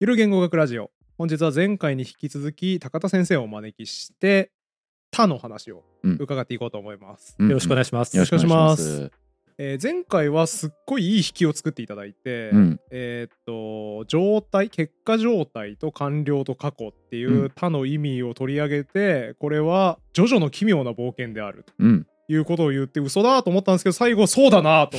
ゆる言語学ラジオ本日は前回に引き続き高田先生をお招きして他の話を伺っていこうと思います、うんよろしくお願いします。よろしくお願いします。よえー前回はすっごいいい引きを作っていただいて、うん、えーっと状態結果状態と完了と過去っていうう他の意味を取り上げてこれはジョジョの奇妙な冒険であるとうん、いうことを言って嘘だと思ったんですけど最後そうだ なと、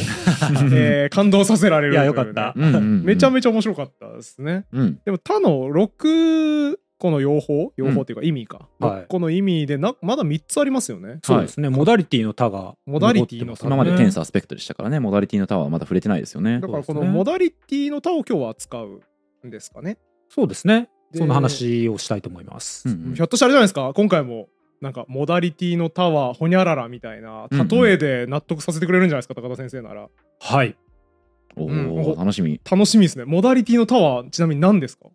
えー感動させられるいやとうねよかったうん、うんめちゃめちゃ面白かったですねうん、でも他の6個の用法用法っていうか意味か、うん六6個の意味でなまだ3つありますよねそうですね、モダリティの他がモダリティの他残って今までテンスアスペクトでしたからね、モダリティのタワーはまだ触れてないですよねだ。からこそうのですねモダリティの他を今日は扱うんですかねますそうですねでその話をしたいと思います、うんうんひょっとしてあれじゃないですか今回もなんかモダリティのタワーほにゃららみたいなうんうん例えで納得させてくれるんじゃないですか、高田先生ならはいおうんお、楽しみ。楽しみですねモダリティのタワーちなみに何 ですか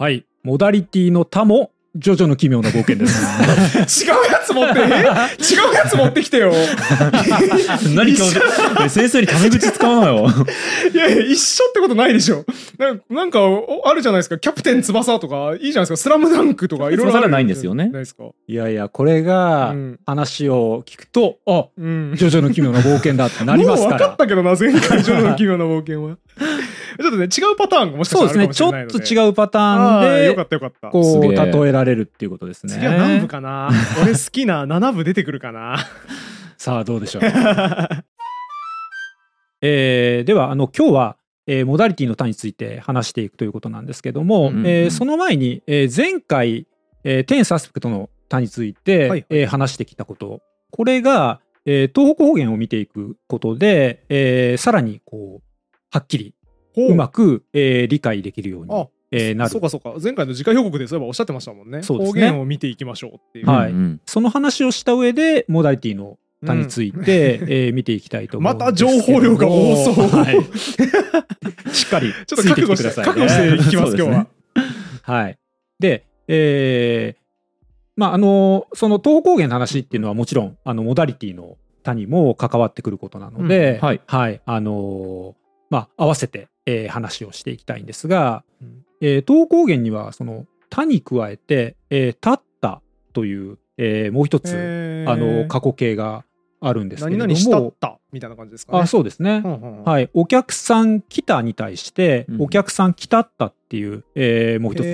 はいモダリティの他もジョジョの奇妙な冒険です違うやつ持ってえ違うやつ持ってきてよ何教授先生にタメ口使わないよ。いやいや一緒ってことないでしょなんかなんかおあるじゃないですかキャプテン翼とかいいじゃないですかスラムダンクとかいろいろあ翼るはないんですよねないですかいやいやこれがうん話を聞くと、あうんジョジョの奇妙な冒険だってなります もうか分からったけどな前回ジョジョの奇妙な冒険は ちょっとね違うパターンがもしかそうしでたすらあねるちかょもしれないのでっと違うパタあーンーよかでったよかったこすうげえ例えられるっていうことですね次は何部かな俺好きな7部出てくるかなさあどうでしょ う、えーではあの今日は、えーモダリティの他について話していくということなんですけども、うんえーその前に、えー前回、えー、テンサスペクトの他について、はいえー話してきたことこれが、えー東北方言を見ていくことで、えーさらにこうはっきりほうまく、えー理解できるようにあ、えーなるそうかそうか前回の次回予告でそういえばおっしゃってましたもんねそうですね方言を見ていきましょうっていう、はいうんその話をした上でモダリティの他について、えー見ていきたいと思まうんですたけ情ど報量が多そう、はいち しっかりょっと覚悟して覚悟していきます そうです今ね日ははい。で、えーまあ、あの、その東方言の話っていうのはもちろん、あの、モダリティの他にも関わってくることなので、うんはいあのーまあ、合わせて、えー話をしていきたいんですが、うんえー東方言には、その、他に加えて、えー立ったという、えーもう一つ、えーあの、過去形があるんですけれ何ど々したっも、たみたいな感じですかね。あ、そうですね。うんうんうんはい、お客さん来たに対して、うんお客さん来たったっていう、えーもう一つ、へ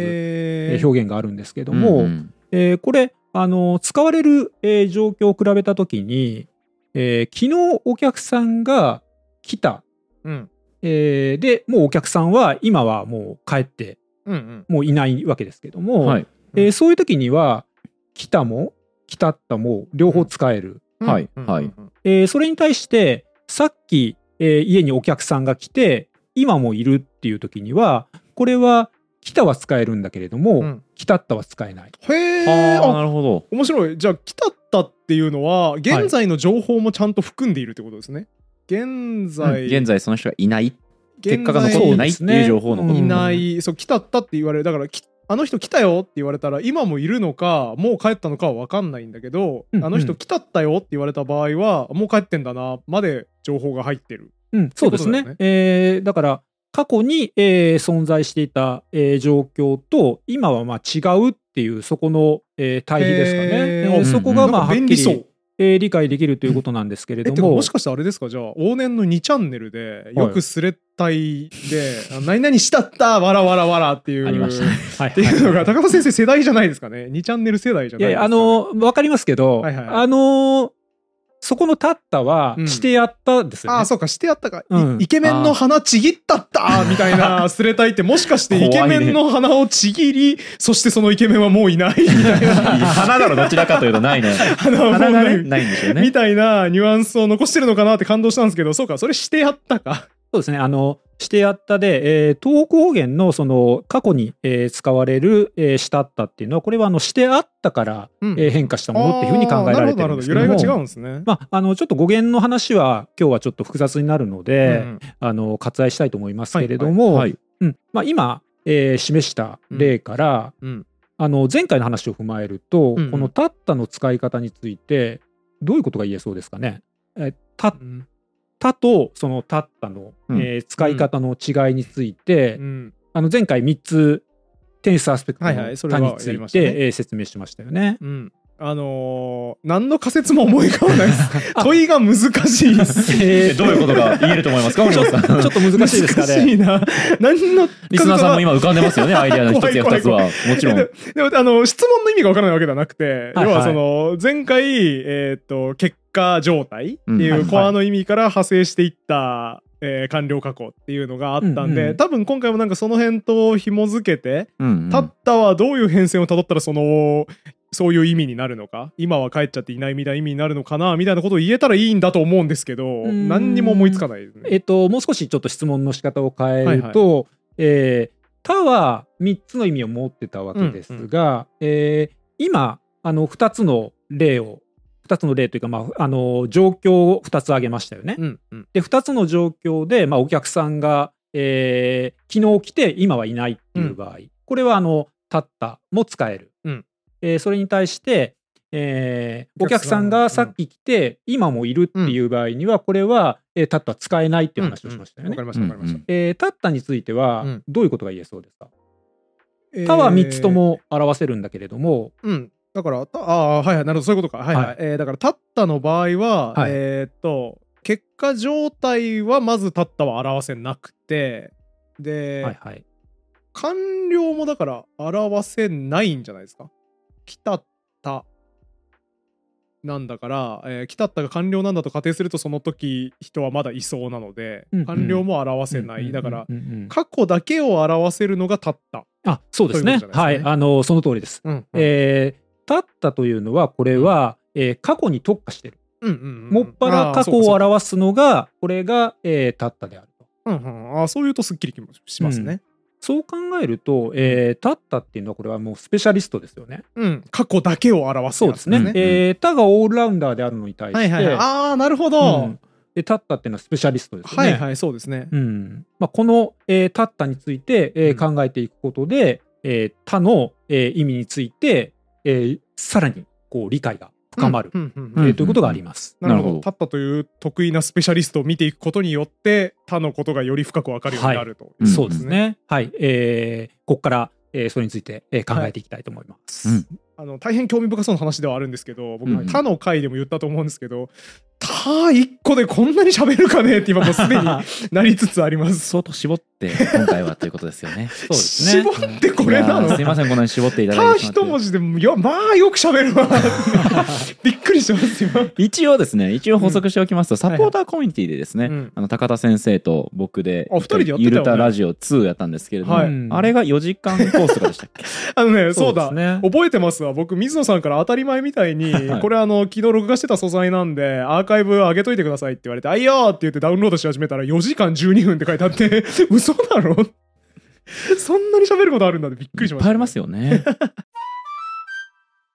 えーー表現があるんですけども、うんえーこれあの使われる、えー状況を比べた時に、えー昨日お客さんが来た、うんえーでもうお客さんは今はもう帰ってうんうんもういないわけですけどうも、んはい、えーそういう時には来たも来たったも両方使える、うんはいうんはいうんうんえーそれに対してさっき、えー家にお客さんが来て今もいるっていう時にはこれは来たは使えるんだけれども、うん来たったは使えない。へあえ。あ、あなるほど。面白い。じゃあ来たったっていうのは現在の情報もちゃんと含んでいるってことですね。現在、現在その人がいない、結果が現在残ってないってそうでいすうね情報のこと。いない。そう来たったって言われる。だからきあの人来たよって言われたら今もいるのかもう帰ったのかは分かんないんだけど、うんあの人来たったよって言われた場合はもう帰ってんだなまで情報が入ってる。うん、そうですそうね。いうことえーだから過去に、えー存在していた、えー状況と今はまあ違うっていうそこの、えー対比ですかね。へーえーそこがまあなんはかっき便利そうり、。えー理解できるということなんですけれえどてかも。もしかしてあれですかじゃあ往年の2チャンネルでよくスレッタイで「あ何々したったわらわらわら」っていうありましたねはいって いうのが高田先生世代じゃないですかね2チャンネル世代じゃいないやでいすやか、ね、あのわかりますけど、はいはいあのーそこの立ったはうんしてやったですよね。ああそうかしてやったか、いうんイケメンの鼻ちぎったったみたいなスレタイってもしかしてイケメンの鼻をちぎり、そしてそのイケメンはもういないみたい な花だろ、どちらかというとないね。鼻をもう花がなねいないんでしょうみね。たいなニュアンスを残してるのかなって感動したんですけどそうかそれしてやったかそうですね。あの、してやったで、えー東北方言のその過去に、えー使われる、えーしたったっていうのは、これはあの、してあったから、うんえー変化したものっていうふうに考えられてるんですけどあーも。なるほどなるほど由来が違うんですね、まあ、あの、ちょっと語源の話は、今日はちょっと複雑になるので、うんあの、割愛したいと思いますけれども、はい。うん。まあ、今、えー示した例から、うんうんあの、前回の話を踏まえると、うんうんこのたったの使い方について、どういうことが言えそうですかね。えーたうんたとそのたったの、うんえー使い方の違いについて、うんあの前回3つテニスアスペクトのはいはいそれは単につやりいましたねてえー説明しました よね。うん。あのー何の仮説も思い浮かばないです問いが難しいですええどういうことが言えると思いますか 森本さん。ちょっと難しいですか難しね。いな何のリスナーさんも今浮かんでますよね、アイデアの一つや二つは。もちろん。ででもあの質問の意味がわからないわけではなくて、はいはい要はその前回、えー、と結果状態ってうんはいいはういコアの意味から派生していった、えー完了加工っていうのがあったんで、うんうん多分今回もなんかその辺と紐付けて、うんタッタはどういう変遷をたどったらそのそういう意味になるのか今は帰っちゃっていないみたいな意味になるのかなみたいなことを言えたらいいんだと思うんですけどん何にも思いつかないですね。えっと、もう少しちょっと質問の仕方を変えると、えー他は3つの意味を持ってたわけですが、えー今、あの2つの例を、2つの例というか、まあ、あの状況を2つ挙げましたよね。うんうんで、2つの状況で、まあ、お客さんが、えー昨日来て、今はいないっていう場合、これは、あの、たったも使える。うんえーそれに対して、えーおお客客ささんんがさっき来て、今もいるっていう場合には、これは、えー、たった使えないっていう話をしましたよわねか。りましたわかりました。えー、たったについてはうんどういうことが言えそうですか、たは3つとも表せるんだけれども、うん。だから、たああー、はいはい、なるほど、そういうことか。はいはい。はいえーだから、タッタの場合は、はいえーっと、結果状態はまずタッタは表せなくて、で、はいはい完了もだから表せないんじゃないですか。来たった。なんだから、えー来たったが完了なんだと仮定するとその時人はまだいそうなので、うんうん完了も表せない、うんうんだからうんうん過去だけを表せるのがタッタ、あそうですといねうことじゃはないいですかねあのその通りです、うんえー、たったというのはこれは、えー過去に特化してる、うんうんうんもっぱら過去をあーそうか表すのがこれが、えー、たったであるとそうかうんうんあーそういうとすっきりきもしますね、そう考えると、えー、たったっていうのはこれはもうスペシャリストですよねうん、過去だけを表すそうやでつすね、うんうんえー、たがオールラウンダーであるのに対して、はいはいはい。ああ、なるほど。うんでたったっていうのはスペシャリストですよはねいはい、そうですね。うんまあ、この、えー、タッタについて、えーう考えていくことで、えー他の、えー意味について、えーさらにこう理解が深まる、うんうんううんんえーということがあります。なるほなるほど。どタッタという得意なスペシャリストを見ていくことによって、他のことがより深くわかるようになると。うんそうですね。はい、えーここから、えーそれについて、えー考えていきたいと思います。うんあの大変興味深そうな話ではあるんですけど、僕、うん他の回でも言ったと思うんですけど、他一個でこんなに喋るかねって今もうすでになりつつあります。相当絞って、今回はということですよ ね。そうですね。絞ってこれないやーのすいません、こんなに絞っていただい他てしまって一文字でもいやまあよく喋る わびっくりしてます今、一応ですね、一応補足しておきますと、サポーターコミュニティでですね、うんあの高田先生と僕で、あ二人でやってたよねゆるたラジオ2やったんですけれども、はいあれが4時間コースとかでしたっけ あのねそうだです ね。覚えてますわ僕水野さんから当たり前みたいに、はいこれあの昨日録画してた素材なんでアーカイブ上げといてくださいって言われて「あいよ!」って言ってダウンロードし始めたら4時間12分って書いてあって 嘘だろそんなに喋ることあるんだってびっくりしいっましぱいた、ありますよね。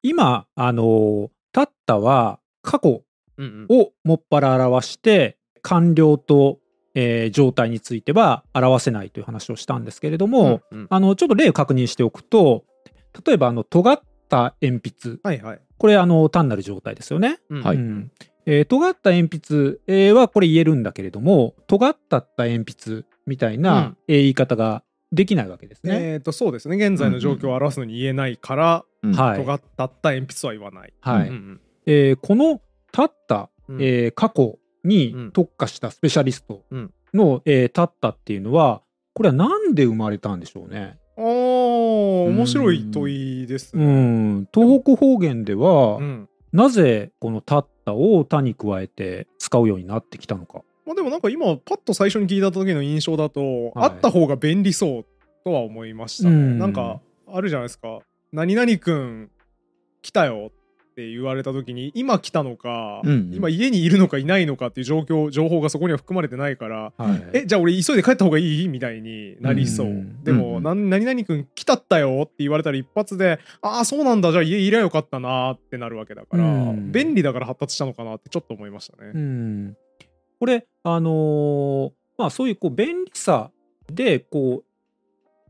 今、あのータッタは過去うんうんをもっぱら表して完了と、えー状態については表せないという話をしたんですけれども、うんうんあのちょっと例を確認しておくと例えばあの尖った鉛筆はいはい、これあの単なる状態ですよね。うんはいうんえー尖った鉛筆、えーはこれ言えるんだけれども尖ったった鉛筆みたいな、えー言い方ができないわけですね。えっ、とそうですね現在の状況を表すのに言えないから、うんはい尖ったった鉛筆は言わない、はいうんえーこの立った、うんえー過去うにん特化したスペシャリストうんの、えー立ったっていうのはこれは何で生まれたんでしょうね。うん、おー面白い問いですうね、ん、東北方言では、うんなぜこの立ったを他に加えて使うようになってきたのか。まあ、でもなんか今パッと最初に聞いた時の印象だと、はいあった方が便利そうとは思いましたね、うんなんかあるじゃないですか「何々くん来たよ」って言われた時に今来たのか、うんうん今家にいるのかいないのかっていう状況情報がそこには含まれてないからはいえじゃあ俺急いで帰った方がいいみたいになりそう、うんでも、うんなん何々くん来たったよって言われたら一発でああそうなんだじゃあ家いりゃよかったなーってなるわけだから、うん便利だから発達したのかなってちょっと思いましたね。うん、これあのーまあそういうこう便利さでこう、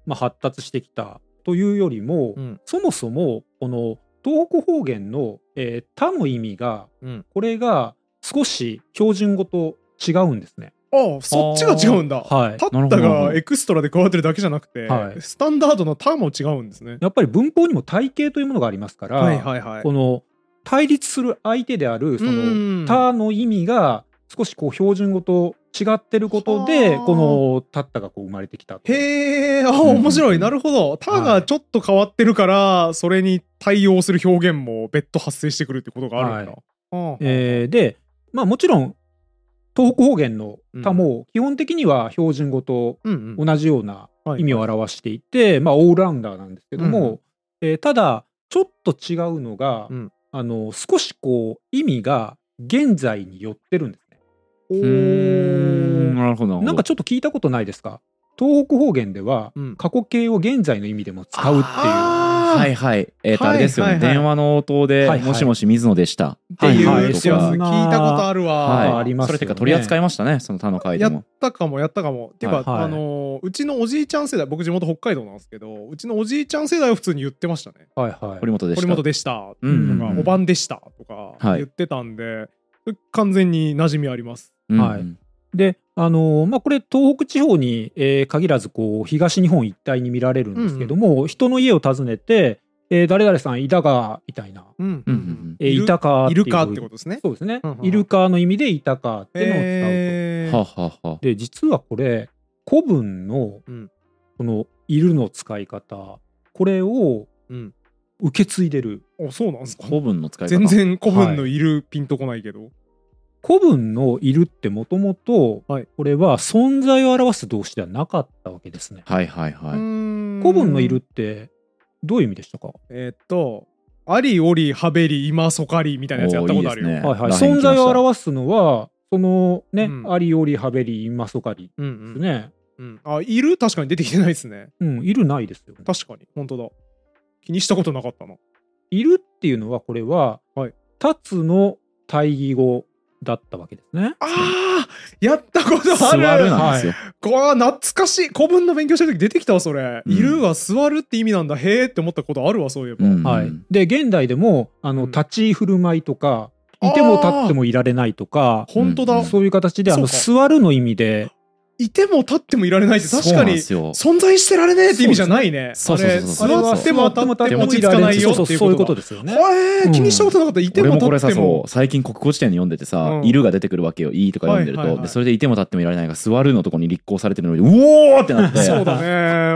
まあ、発達してきたというよりも、うんそもそもこの東北方言の「えー他」の意味が、うんこれが少し標準語と違うんですね。ああそっちが違うんだ。はいタなッるほどタなるほがどエクストラで加わってるだけじゃなくて、はいスタンダードのターも違うんですね。やっぱり文法にも体系というものがありますから、はいはいはい。この対立する相手であるそのの「他」の意味が少しこう標準語と違ってることではあこの「たった」がこう生まれてきたとへえ、あ、ん面白い。なるほど。ターがちょっと変わってるから、それに対応する表現も別途発生してくるってことがあるんだ。ああえーで、まあ、もちろん東北方言の「た」うんも基本的には標準語とうんうん同じようなはい意味を表していて、まあ、オールラウンダーなんですけども、うえーただちょっと違うのが、うんあの少しこう意味が現在に寄ってるんですね。おうーんーなるほど。なんかちょっと聞いたことないですか東北方言ではうん過去形を現在の意味でも使うっていう。あーはいはい。えっ、と、はいあれですよね、はいはい電話の応答で、はいはいもしもし水野でした。ってはいいはういやつ聞いたことあるわ。はい、ありますよねそれてか取り扱いましたね、その他の回でやもっ。たかもやったかも。っていうか、はいあのーうちのおじいちゃん世代僕地元北海道なんですけどうちのおじいちゃん世代は普通に言ってましたね。はいはい堀本でした。堀本でしたうんうんとか、うんおばんでしたとかはい言ってたんで、完全に馴染みあります。うんうんはいで、あのーまあ、これ東北地方に、えー限らずこう東日本一帯に見られるんですけども、人の家を訪ねて「えー誰々さんいたか」みたいなうんうんうん「えーいたか」いるかってこととですね。そうですねうんうん「いるか」の意味で「いたか」っていうのを使うと。えーはあはあはあで実はこれ古文のうんこの「いる」の使い方これをうん受け継いでる。あそうなんですか古文の使い方。全然古文のいるピンとこないけど、古文の「いる」ってもともとはいこれは存在を表す動詞ではなかったわけですね。はいはいはうい。ーん古文のいるってどういう意味でしたか、えーっとありおりはべり今そかりみたいなやつやったことあるよおーいいですねはいはい、ライン来ま存した在を表すのはそのね、うんありよりはべり今そかりうんですうんね、うん、あいる確かに出てきてないですねうんいるないですよ、ね、確かに本当だ気にしたことなかったないるっていうのはこれは、はい立つの対義語だったわけですねあーやったことあ座るるなんですよ。こわ懐かしい古文の勉強した時出てきたわそれ、うんいるは座るって意味なんだへえって思ったことあるわそういえば、うんはい、うんで現代でもあのうん立ち居振る舞いとか、あーいても立ってもいられないとか本当だ、うんそういう形であのそ座るの意味でいても立ってもいられないって確そうなかんでにすよ。存在してられねえって意味じゃないね。そうそうそうそうあれそうそう座っても立っても落ち着かないよそうってそいううこそうとだいうことですよね。へうえん気にしたことなかった。いて俺も立もこれっさてそもう。最近国語辞典で読んでてさ「うんいる」が出てくるわけよ「いい」とか読んでると、はいはいはいでそれで「いても立ってもいられない」が「座る」のとこに立候されてるのに「うおー!」ってなってそうだ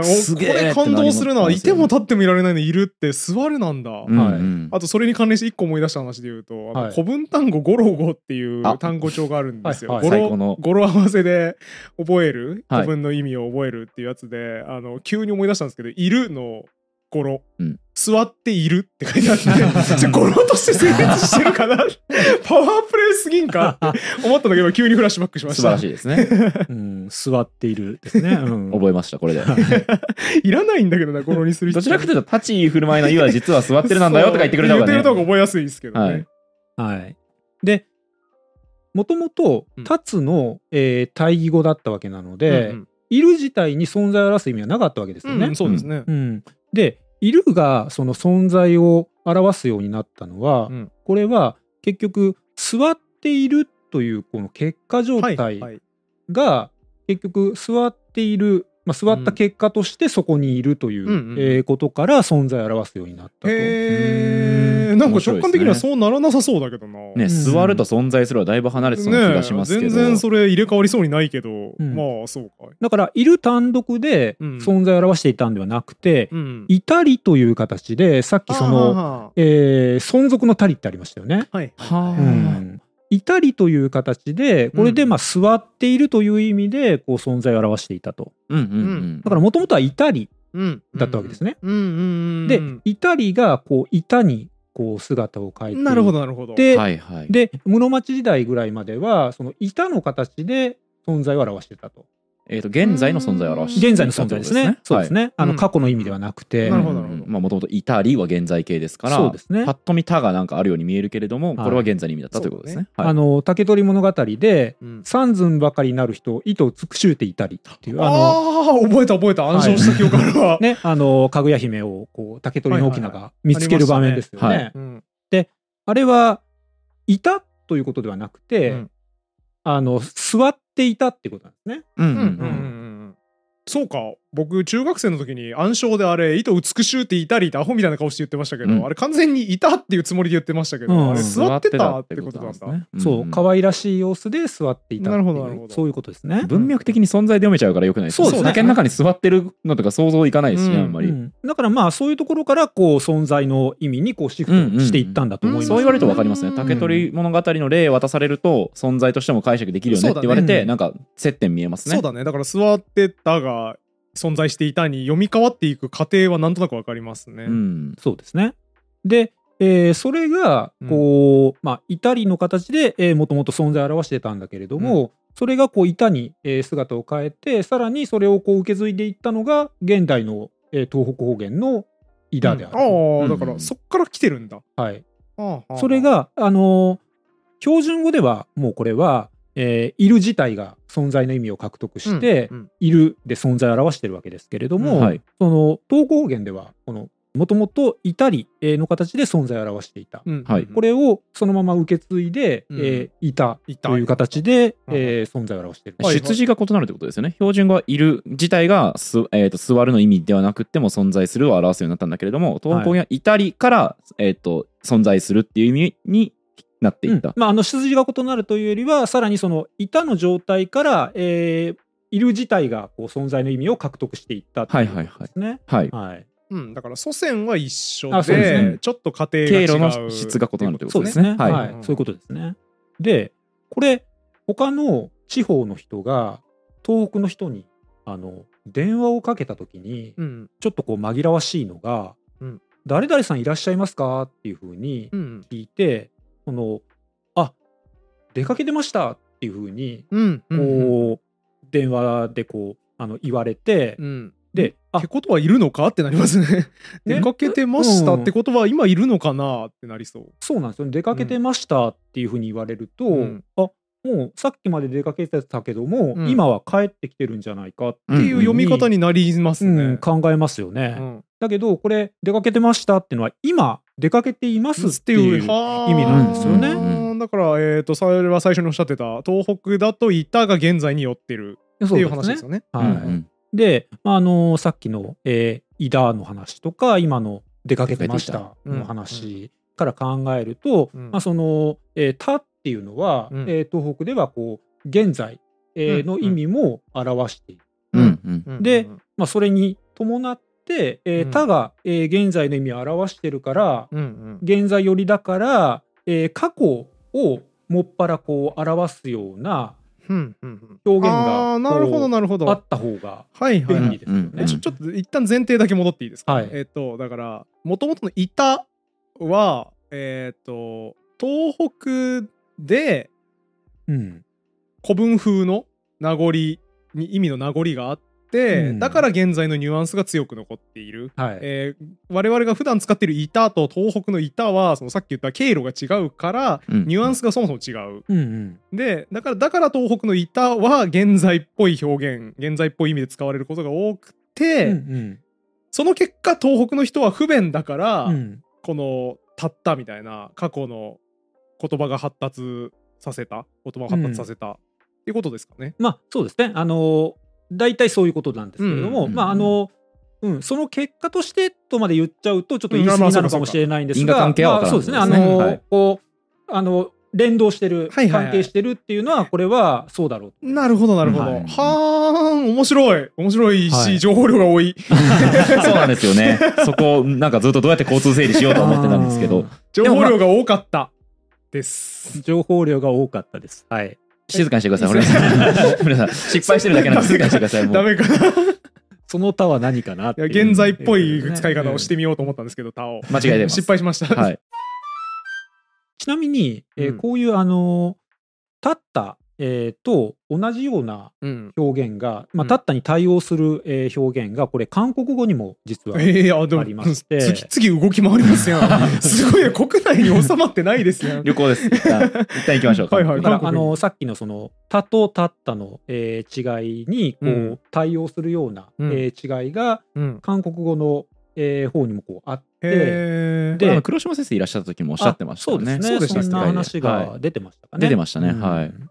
ね。おすこげえってなりれます感動するな。ねいても立ってもいられないのいるって座るなんだ。うんはいうんあとそれに関連して一個思い出した話で言うと、あのはい古文単語ゴロゴっていうあ単語帳があるんですよ。はい語はい最呂高の語呂合わせで覚えるはい古文の意味を覚えるっていうやつで、あの急に思い出したんですけど「いる」の語呂、うん座っている」って書いてあ ってそれ語呂として成立してるかなパワープレイすぎんかって思ったんだけど急にフラッシュバックしまし素晴た。らしいですねうん、座ってい るですね。うん覚えましたこれで いらないんだけどな、語呂にするどちらかといいうと立ち居振る舞いの「い」は実は座ってるなんだよとか言ってくれた方が言ねってくれた方が覚えやすいですけどね。はいはい、でもともとうん立つの、えー対義語だったわけなので、うんいる自体に存在を表す意味はなかったわけですうよんね。うんそうですね。うんでいるがその存在を表すようになったのは、うんこれは結局座っているというこの結果状は態いが、はい結局座っている、まあ、座った結果としてそこにいるというう、んうんえーことから存在を表すようになったと。へうえ、んなんか直感的にはそうならなさそうだけどな。ね、座ると存在するはだいぶ離れてそうな気がしますけ全ど、然それ入れ替わりそうにないけど、うんまあそうか。だからいる単独でうん存在を表していたんではなくて、うん。いたりという形でさっきその、の、えー存続のたりってありましたよね。はい。はうあんいたりという形でこれでまあ座っているという意味でこう存在を表していたとうんうんううんんだからもともとはいたりうんだったわけですね。うんうんでうんいたりがこういたにこう姿を変えていうんなるほど、なるほど。で,、はいはいで室町時代ぐらいまではそのいたの形で存在を表してたとえー、と現在の存在を表して現在の存在ですねそうですねね、あうのん過去の意味ではなくて、なるほどなるほどもともと「いたり」は現在形ですからそうですねパッと見「た」がなんかあるように見えるけれどもいこれは現在の意味だったということですねはいあの竹取物語でうん三寸ばかりなる人糸尽くしゅうていたりっていうあのああ、覚えた覚えた。暗唱した記憶あるわ。ね、あのかぐや姫をこう竹取の翁はいはいが見つける場面ですよね。あありましうんれはいたということではなくて、うんあの座っっていたってことなんですね。うんううんんうんうんうんそうか僕中学生の時に暗証であれ糸美しゅうっていたりってアホみたいな顔して言ってましたけど、うんあれ完全にいたっていうつもりで言ってましたけど、うんあれ座ってたってことなんだ、ねそう可愛らしい様子で座っていたっていうなるほどなるほどそういうことですね。文脈的に存在で読めちゃうからよくないですねそうですね酒の中に座ってるのとか想像いかないですしね、うんあんまうり、んだからまあそういうところからこう存在の意味にこうシフトしていったんだと思います。そう言われると分かりますうねん竹取物語の例渡されると存在としても解釈できるよねって言われそうだて、ねなんか接点見えますねそうだねだから座ってたが存在していたに読み変わっていく過程はなんとなくわかりますね、うんそうですね。で、えーそれがこう、まあ至りの形で、えもともと存在を表してたんだけれども、それがこう板に、えー姿を変えてさらにそれをこう受け継いでいったのが現代の、えー東北方言の板であると、ああうんだからそっから来てるんだ、はい、ああそれがあのー標準語ではもうこれは、えーいる自体が存在の意味を獲得して、うんいるで存在を表してるわけですけれども、うんはいその東方言ではこのもともといたりえーの形で存在を表していた、うんはいこれをそのまま受け継いで、うんえーいたいたという形で、うんえー存在を表している、はい出自が異なるってことですよね。標準語はいる自体がす、えー、と座るの意味ではなくても存在するを表すようになったんだけれども、東方言はいたりから、えー、と存在するっていう意味になっていった。うんまあ、あの出自が異なるというよりはさらにそのいたの状態から、えーいる自体がこう存在の意味を獲得していったっていうことですね。はい。はいうん、だから祖先は一緒あでそうですねちょっと家庭が違経う路の質が異なるというこそとうでですすねね。。は。はいい、うんそういうことですね。で、これ、他の地方の人が、東北の人に、あの、電話をかけたときに、うんちょっとこう紛らわしいのが、うん誰々さんいらっしゃいますかっていうふうにうん聞いて、その、あ出かけてましたっていうふうに、うんこう、電話でこう、あの言われて、うんで、っあてことはいるのかってなります ね出かけてましたうんってことは今いるのかなってなりそうそうなんですよね出かけてましたっていうふうに言われると、うんあもうさっきまで出かけてたけども、うん今は帰ってきてるんじゃないかってってんいう読み方になりますね、うん考えますよね、うんだけどこれ出かけてましたっていうのは今出かけていますっていうはー意味なんですよねうんだから、えー、とそれは最初におっしゃってた東北だと板が現在に寄ってるってそういうですね話ですよね。うはんいうんで、まあ、あのさっきの「えー、イダー」の話とか今の「出かけてました」の話から考えると、うんまあ、その「えー、た」っていうのは、うんえー東北ではこう現在、えーうんの意味も表している。うんうんうんでうんまあ、それに伴って、えーうん他が、えー現在の意味を表してるから、うん現在寄りだから、えー過去をもっぱらこう表すようなうんうんうん表現があーなるほどこなるほうど。あはった方が、いはいは便い利。ですうよねんうんうえんちょちょっと一旦前提だけ戻っていいですか、はいえっ、とだからもともとの「いた」はえっ、と東北でうん古文風の名残に意味の名残があって、うんだから現在のニュアンスが強く残っている、はいえー我々が普段使っている「いた」と東北の「いた」はそのさっき言った経路が違うからうんニュアンスがそもそも違う。うんうんでだからだから東北の「いた」は現在っぽい表現現在っぽい意味で使われることが多くて、うんその結果東北の人は不便だから、うんうんこの「たった」みたいな過去の言葉が発達させた言葉を発達させた、っていうことですかね。まあそうですねあの大体そういうことなんですけれども、うんまああのうん、その結果としてとまで言っちゃうとちょっと言い過ぎなのかもしれないんですうんまあそうが、かそうか因果関係はまあそうですねわあからんの、はいこうあの連動してる、はいはいはい関係してるっていうのはこれはそうだろうっていうなるほどなるほど。ははいーん面白い面白いし、はい情報量が多いそうなんですよね。そこをなんかずっとどうやって交通整理しようと思ってたんですけど、情も報まあ量が多かったです。情報量が多かったです。はい。静かにしてください。堀田さん皆さん、失敗してるだけなんで静かにしてください。もうダメかないその他は何かなってやいう現在っぽい使い方をしてみようと思ったんですけど「た」を間違えてます。失敗しました。はい。ちなみに、えーうんこういうあの立った、えーと同じようなうん表現が、まあ、うん立ったに対応する、えー表現がこれ韓国語にも実は、ええあでもありまして次々動き回りますやんすごい国内に収まってないですやん旅行です。一旦一旦行きましょう。はいはいだか韓ら国あにのさっきのその「た」と「たったの」えー違いにこう、うん対応するような、うんえー違いが うん韓国語の、えー方にもこうあってへーであの黒島先生いらっしゃった時もおっしゃってましたよね。あそそうですね。うでしたそんな話はいが出てましたかね。出てましたねはいうん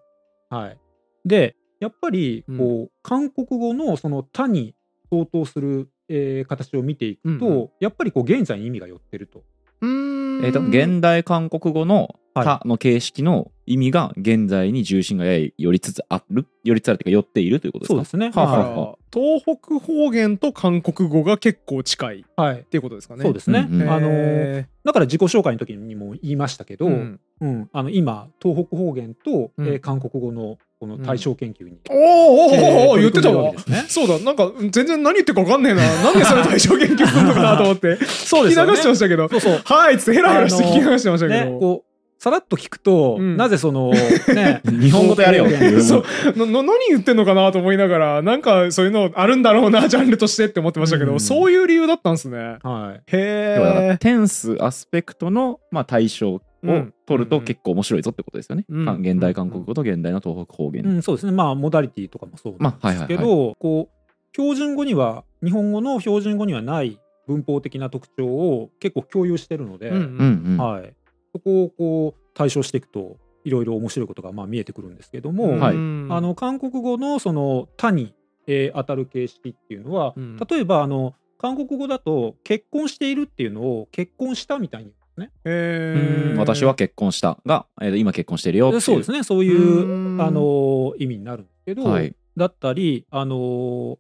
はい。で、やっぱりこう、韓国語のその「他」に相当する、えー形を見ていくと、うんやっぱりこう現在に意味が寄ってると。うーんえーと現代韓国語の「はいた」の形式の意味が現在に重心がやや寄りつつある寄りつつあるというか寄っているということですかすねはあだかはあはら東北方言と韓国語が結構近いっい、はいていうことですかね。そうですね、うんうん、あのーへだから自己紹介の時にも言いましたけーど、うんうんあの今東北方言と、うんえー韓国語のこの対象研究に、おーおーおーおーえ言ーってたわ取り組んでるわけですねそうだなんか全然何言ってるか分かんねえななんでそれ対象研究するのかなと思ってそう聞き流してよましたけどそうそうはいっつってヘラヘラして聞き流してましたけね、ど、こうさらっと聞くと、うんなぜその、ね日本語とやれよっていうそう なな何言ってんのかなと思いながらなんかそういうのあるんだろうなジャンルとしてって思ってましたけど、うんそういう理由だったんですねはい、要はだからへえテンスアスペクトの、まあ、対象をうん取ると結構面白いぞってことですよね、うんか現代韓国語と現代の東北方言、うん、そうですねまあモダリティとかもそうなんまあですけど、はいこう標準語には日本語の標準語にはない文法的な特徴を結構共有してるので、うんうんうんはい、そこをこう対象していくといろいろ面白いことがまあ見えてくるんですけども、はいあの韓国語のその「他」に、えー当たる形式っていうのは、うん例えばあの韓国語だと結婚しているっていうのを結婚したみたいに言うんですね。へうーん私は結婚したが、えーと今結婚してるよっていでそうですねそういううんあの意味になるんですけど、はいだったり、あの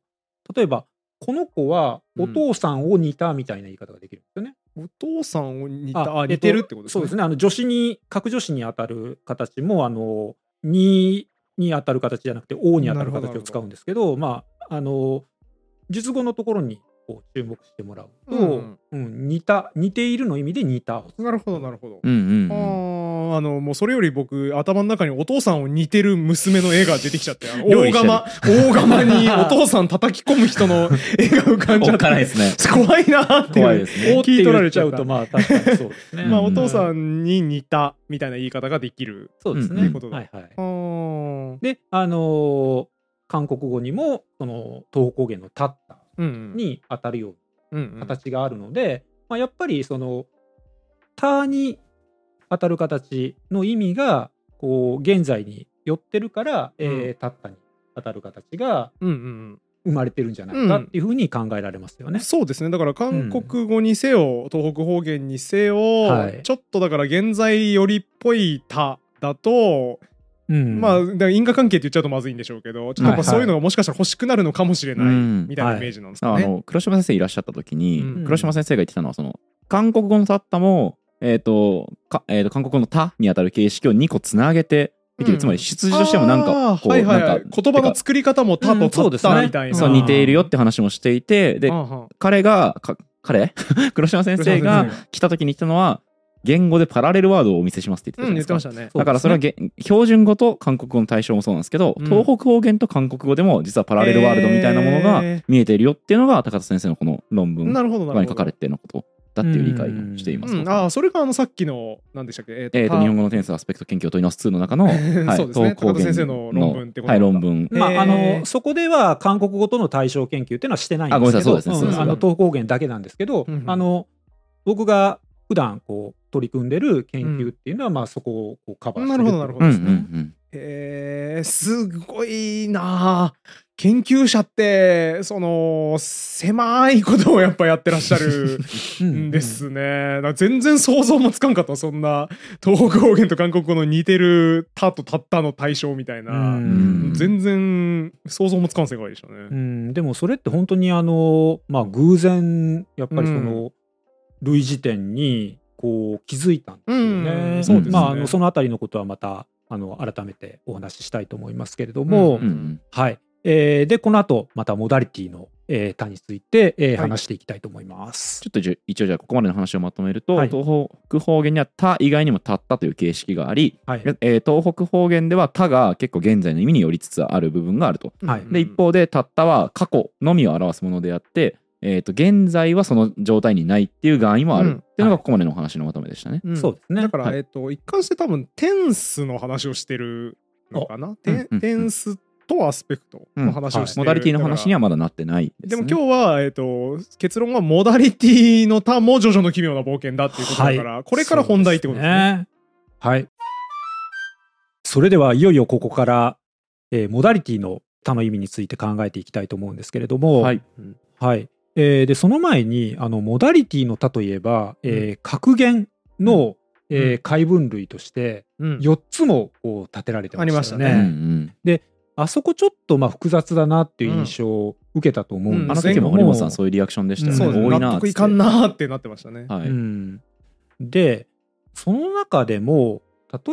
例えばこの子はお父さんを似たみたいな言い方ができるんですよね。お父さんを似たああえ似っとてるってことですそうねですね。あの助詞に格助詞に当たる形もあのにに当たる形じゃなくて王に当たるなるほ形どを使うんですけど、まああの述語のところにこう注目してもらうと、うんうん似た似ているの意味で似たをなるほどなるほど、うんうんうんあーあのもうそれより僕頭の中にお父さんを似てる娘の絵が出てきちゃってあの料大理してる釜大釜にお父さん叩き込む人の絵が浮かんじおゃっってかないですね怖いなーっていう 怖いですねお王っってて言言っっちちゃゃううととまあ確かにそうですね。まあうおん父さんに似たみたいな言い方ができる、そうですね。うんうんはいはい。うん、であの韓国語にもその東方言の「たったうん」に当たるようにうん形があるので、まあ、やっぱりその「た」に当たる形の意味がこう現在に寄ってるから「えうんーたった」に当たる形がうんうん生まれてるんじゃないかっていうふうに考えられますよね。そうですねだから韓国語にせよ、東北方言にせよ、はいちょっとだから現在よりっぽい「た」だと、うんまあだから因果関係って言っちゃうとまずいんでしょうけどちょっとやっぱそういうのがもしかしたら欲しくなるのかもしれない、うんみたいなイメージなんですかあね。の黒島先生いらっしゃった時に、うん黒島先生が言ってたのはその韓国語の「たった」も、えーとかえー、と韓国語の「た」に当たる形式を2個つなげてできる、うんつまり出自としてもなんあかーこう、はいはいはいなんか言葉のてか作り方も「た」うと「んそうたっですた」ねみたいな。そう似ているよって話もしていてであーは彼がか彼 黒島先生黒島が先来た時に言ったのは言語でパラレルワードをお見せしますって言うん言ってったじてゃなまいですしたね。かそうですねだからそれはげ標準語と韓国語の対象もそうなんですけど、うん東北方言と韓国語でも実はパラレルワールドみたいなものがへー見えているよっていうのが高田先生のこの論文なるほどなるほど。に書かれてのことだっていう理解をしています。うん、ああそれがあのさっきの何でしたっけえっ、えー、とた日本語のテンスアスペクト研究を問い直す2の 中の、はそうですね東高田高原先生の論文ってことはい、なんだ論文えーまあ、あのそこでは韓国語との対照研究っていうのはしてないんですけあごめんなさどいそうですねそうですんあの東方言だけなんですけど、うんうんあの僕が普段こう取り組んでる研究っていうのは、まあ、そこをこうカバーしなてるるっほていどうなるほどうんうですね。んえーすごいなあ研究者ってその狭いことをやっぱやってらっしゃるうんうんんですね。だから全然想像もつかんかったそんな東北方言と韓国語の似てる「た」と「たった」の対象みたいな、うん全然想像もつかん世界でしたね。うん、でもそれって本当にあの、まあ、偶然やっぱりその類似点にこう気づいたんですようねん。そうですねまあ、あのそのあたりのことはまたあの改めてお話ししたいと思いますけれども、ううんうんはいえーでこの後またモダリティの、えー、他について、えーはい話していきたいと思います。ちょっとじゅ一応じゃあここまでの話をまとめると、はい東北方言には「た」以外にも「たった」という形式があり、はいえー東北方言では「た」が結構現在の意味によりつつある部分があると。はいうんで一方で「たった」は過去のみを表すものであって、えー、と現在はその状態にないっていう含意もあうるんっていうのがここまでのお話のまとめでしたね。うんそうですねだから、はいえっと一貫して多分テンスの話をしてるのかな、うんうんテうんンテンスとアスペクトの話をしてる、モダリティの話にははまだなってないです、でね。も今日は、えっと結論はモダリティの他もジョジョの奇妙な冒険だっていうことだから、これから本題ってことですね。そうですねはい。それではいよいよここからえーモダリティの他の意味について考えていきたいと思うんですけれども、はい。はいえーでその前にあのモダリティの他といえば、えー格言の、えー解分類としてうん4つもこう立てられてましたよね。あうりんまうしたん。あそこちょっとまあ複雑だなっていう印象を受けたと思うんうんあでのすけ時どもも、堀本さん、そういうリアクションでしたそうよですね。ね多いな。納得いかん。なーってなってましたね。はうい。んでその中でも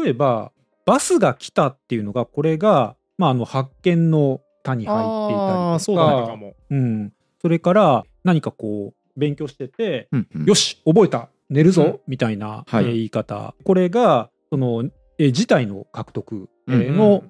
例えばバスが来たっていうのがこれが、まあ、あの発見の他に入っていたりとあかあそうだったかも。うん、それから何かこう勉強しててうんうん「よし覚えた寝るぞ」うんみたいな、はいえー言い方これがその、えー事態の獲得、えーうんの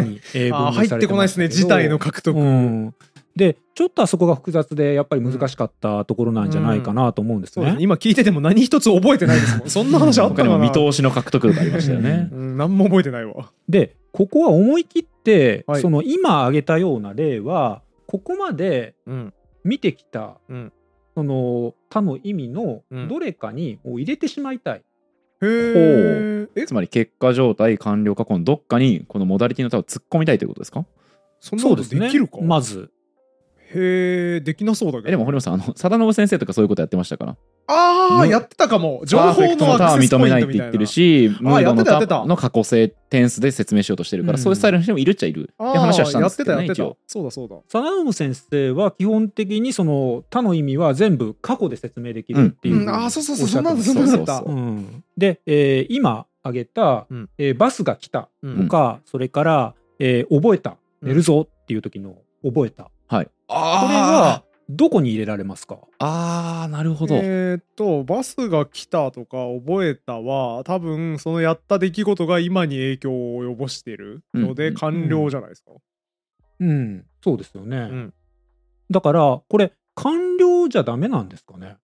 に、えーあー分入類っさてれてこないまですねけど事態の獲得。うん、でちょっとあそこが複雑でやっぱり難しかったところなんじゃないかなと思うんですそうね。ですね今聞いてても何一つ覚えてないですもん。そんな話あった他かになも見通しの獲得がありましたよねう。ん、何も覚えてないわ。でここは思い切って、はいその今挙げたような例はここまでうん。見てきた、うんその他の意味のうんどれかにもう入れてしまいたい。へえ。えつ、まり結果状態、完了過去のどっかにこのモダリティの他を突っ込みたいということですかそんなことできるか。まずへえ、できなそうだけど。えでも堀本さん、あの、貞信先生とかそういうことやってましたから。ああ、ねやってたかも。情パーフェ報クトのの他アはクセス認ポイめンないトっみて言たっいてなる。し、ムードやってのたやってた他の過去性点数で説明しようとしてるから、うんそういうスタイルの人もいるっちゃいる。ってああ話はしたんですけどね、やって一たやって応。た。そうだそうだ。サナウム先生は基本的にその他の意味は全部過去で説明できるっていううふうにん、ああ、そうそうそおう、っしゃそんってなまのしたそんなのだった。そううんで、えー今挙げた、うんえーバスが来たうんとか、それから、えー覚えたうん寝るぞっていう時の覚えた、あこれはどこに入れられますかあー、なるほど。えーっとバスが来たとか覚えたは多分そのやった出来事が今に影響を及ぼしてるのうでんうん完了じゃないですか。うんそうですよね、んだからこれ完了じゃダメなんですかね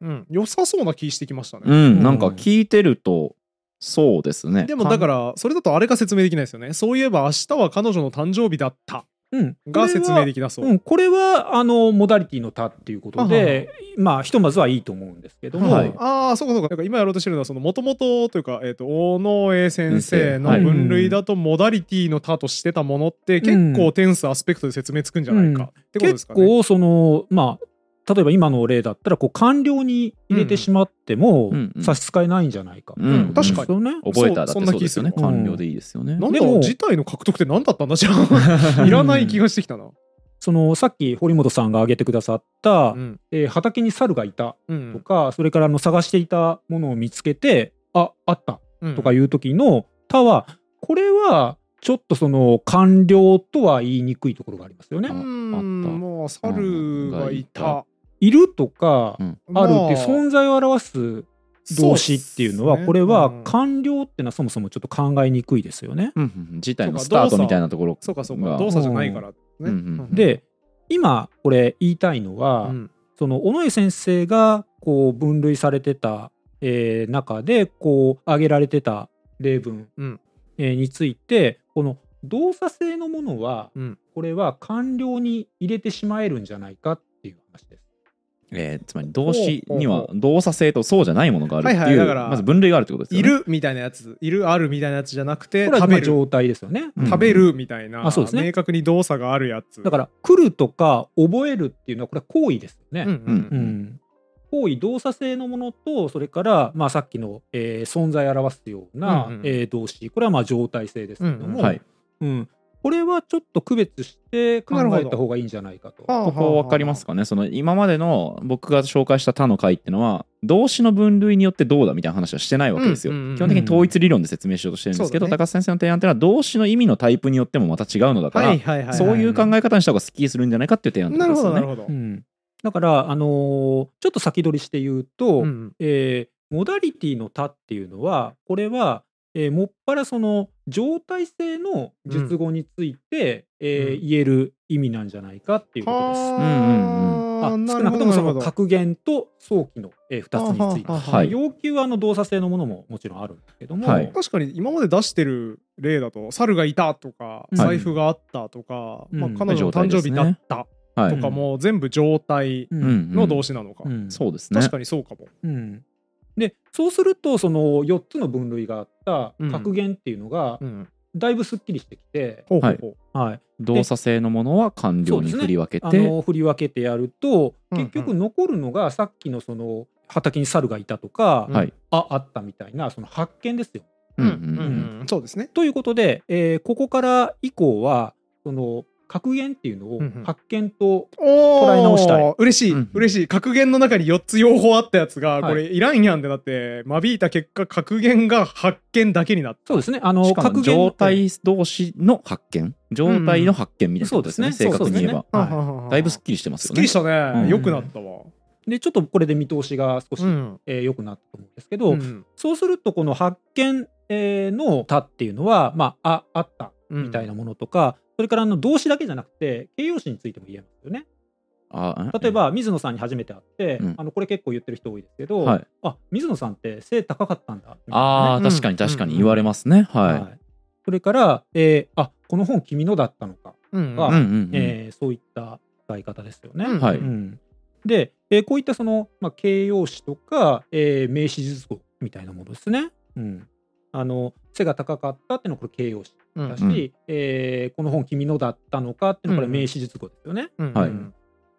うん、良さそうな気してきましたね。うん、なんか聞いてると、そうですね。でもだからそれだとあれが説明できないですよね。そういえば明日は彼女の誕生日だったうんが説明できなそう。うん、これはあのモダリティの他っていうことはいはいで、まあひとまずはいいと思うんですけども、はいああそうかそうかなんか今やろうとしてるのはそのもともとというか、えー、と大野江先生のはい分類だとモダリティの他としてたものってうん結構テンスアスペクトで説明つくんじゃないかってことで結すかね。構そのまあ例えば今の例だったらこう官僚に入れてしまってもうんうん差し支えないんじゃないか、うんうん確かにですよね覚えたらだってそんなそうですよね。気する完了でいいですよね。なんだでも事態の獲得って何だったんだじゃ あいらない気がしてきたな。そのさっき堀本さんが挙げてくださった、うんえー畑に猿がいたうんとか、それからあの探していたものを見つけてああったとかいう時の「他はこれはちょっとその官僚とは言いにくいところがありますようね。ん、ああったもう猿がいた。いるとか、うんあるっていうまあ存在を表す動詞っていうのはこれは完了ってのはそもそもちょっと考えにくいですよね。 うんうん事態のスタートみたいなところそうかそうまかあ動作じゃないからね。うんうんうんで今これ言いたいのは、うんその尾上先生がこう分類されてた、えー中でこう挙げられてた例文、うんえーについてこの動作性のものは、うんこれは完了に入れてしまえるんじゃないかっていう話です。えーつまり動詞ほうほうには動作性とそうじゃないものがあるってはいはいいだからうまず分類があるってことですよいね。るみたいなやつ、いるあるみたいなやつじゃなくて、これは食まべある、状態ですよね。うん食べるみたいな、あそうですね明確に動作があるやつ。だから来るとか覚えるっていうのはこれは行為ですよね。うんうんう、ん、行為動作性のものとそれから、まあ、さっきの、えー存在を表すような、うんうんえー動詞これはまあ状態性ですけどうんも、うんはい。うんこれはちょっと区別して考なるえほたど方がいいんじゃないかと。はあはあここ分かりますかねその今までの僕が紹介した他の回ってのは動詞の分類によってどうだみたいな話はしてないわけですよ。うんうんうん基本的に統一理論で説明しようとしてるんですけど、そうだね高須先生の提案っていうのは動詞の意味のタイプによってもまた違うのだから、はいはいはいはい。そういう考え方にした方がすっきりするんじゃないかっていう提案ななんるでほすよど、ね。なるほどう。んだから、あのーちょっと先取りして言うと、うんえーモダリティの「他」っていうのはこれは、えーもっぱらその状態性の述語について、えーうん言える意味なんじゃないかっていうことです。はああ少なるなほくどともなるそほどの格言と早期の、えー、2つについて、はあはあはあはい要求はあの動作性のものももちろんあるんですけども、はい確かに今まで出してる例だと猿がいたとかうん財布があったとか、うんまあ、彼女の誕生日だったはといかも全部状態ううんんの動詞なのか、うんそうですね。確かにそうかも、うんでそうするとその4つの分類があったうん格言っていうのが、うんだいぶすっきりしてきて、ほうほうほう。はい、動作性のものは官僚に振り分けあて、の振り分けてやるとうんうん結局残るのがさっきのその畑に猿がいたとか、うんはい、ああったみたいなその発見ですよ。うんうんうんうんそうですね。ということで、えーここから以降はその格言っていうのをうんうん発見と、お捉え直したい嬉しい、うん嬉しい格言の中に4つ用法あったやつが、いこれいらんやんってなって間引いた結果格言が発見だけになったそうですねあのしかも状態同士の発見状態の発見みたいなことですね、うん正確に言えば、そうですねはいだいぶすっききりしてますすよっきねりしたね、うんよくなったわ、でちょっとこれで見通しが少し、うんえー良くなったと思うんですけど、うんそうするとこの発見、えーの「た」っていうのは、まあ、ああったみたいなものとか、それからあの動詞だけじゃなくて形容詞についても言えますよね。あ例え、ば水野さんに初めて会って、うんあのこれ結構言ってる人多いですけど、うんはい、あ水野さんって背高かったんだみたあいなあ、ねうん確かに確かに言われますね、はい、はいそれから、えーあこの本君のだったのか、うんあうんうんうんえーそういった使い方ですよね。うんはいうんで、えーこういったその、まあ、形容詞とか、えー名詞述語みたいなものですね。うん、あの背が高かったっていうのはこれ形容詞うんだし、うんうんえーこの本君のだったのかっていうのはこれ名詞述語ですよね。うんはいうん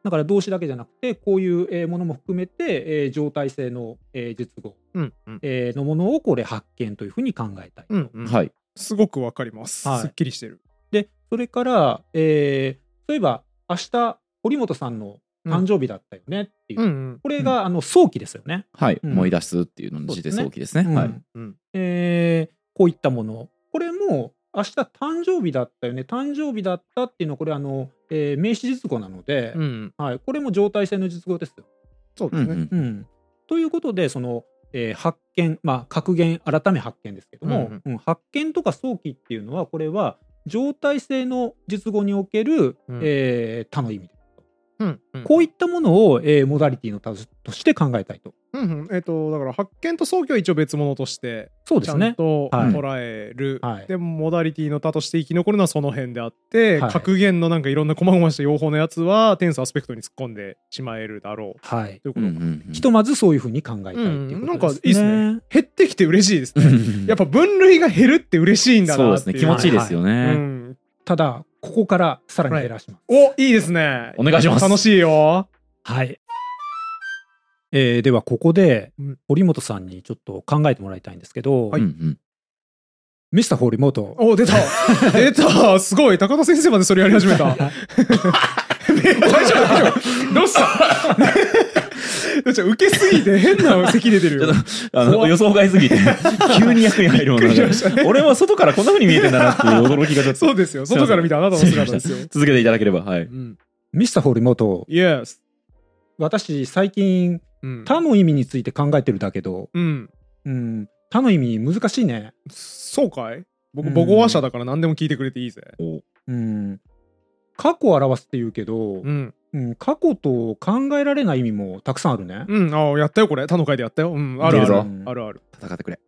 だから動詞だけじゃなくてこういうえーものも含めて、えー状態性の、えー述語、うんうんえーのものをこれ発見というふうに考えたいと。うんうんはい、すごくわかります、はいすっきりしてるでそれから、えー例えば明日堀本さんの誕生日だったよねっていう、うんこれが、あの早期ですよね。はい、うん思い出すっていうので字で早期ですね、うんはい、うんえーこういったものこれも明日誕生日だったよね誕生日だったっていうのはこれあの、えー名詞述語なので、うんはい、これも状態性の述語ですよ。そううですんうねんうん、ということでその、えー発見、まあ、格言改め発見ですけども、うんうん発見とか早期っていうのはこれは状態性の術語における、うんえー他の意味でうんうんこういったものを、えーモダリティの数として考えたいと。うんうんえっ、とだから発見と早期は一応別物としてそうでちゃすんね。とはい捉える、はいでモダリティの他として生き残るのはその辺であって、はい格言のなんかいろんな細々した用法のやつはテンスアスペクトに突っ込んでしまえるだろはうい、というこうんと、うんうん ひとまずそういうふうに考えたいっていうことです、ねうんなね。減ってきて嬉しいですうんうねんうんやっぱ分類が減るって嬉しいんだそうなでっすていねう気持ちいいですよね、うん、ただここからさらに減らします。おいいですねお願いします楽しいよはい。えーではここでうん堀本さんにちょっと考えてもらいたいんですけうど、んうんミスター堀本お 出た出たすごい高田先生までそれやり始め た大丈夫大丈夫どうした ちょ受けすぎて変な咳出てるよ ちょっあの怖っ予想外すぎ て急に役に入るものびっくがりしましたね俺は外からこんな風に見えてんだなっていう驚きがちょっとそうですよ。外から見たあなたの姿ですよ。続けていただければはういん。ミスター堀本 Yes。私最近うん他の意味について考えてるだけど、うん。うん、他の意味難しいね、そうかい僕、うん母語話者だから何でも聞いてくれていいぜ。おうん、過去を表すって言うけど、うん。うん、過去と考えられない意味もたくさんあるね、うん。ああ、やったよ、これ。他の回でやったよ。うん。あるあ出るるぞ。あるある。戦ってくれ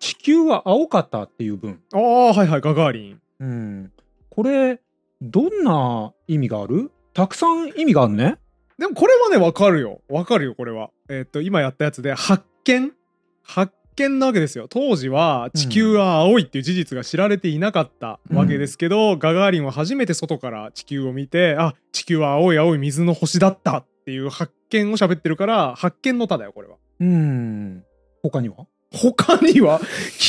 地球は青かったっていう文、ああ、はいはい、ガガーリン。うん、これどんな意味があるたくさん意味があるねでも、これはね、わかるよ。わかるよ、これは。えっと、今やったやつで、発見発見なわけですよ。当時は地球は青いっていう事実が知られていなかったわけですけど、ガガーリンは初めて外から地球を見て、あ、地球は青い青い水の星だったっていう発見を喋ってるから、発見の他だよ、これは。うん他には他には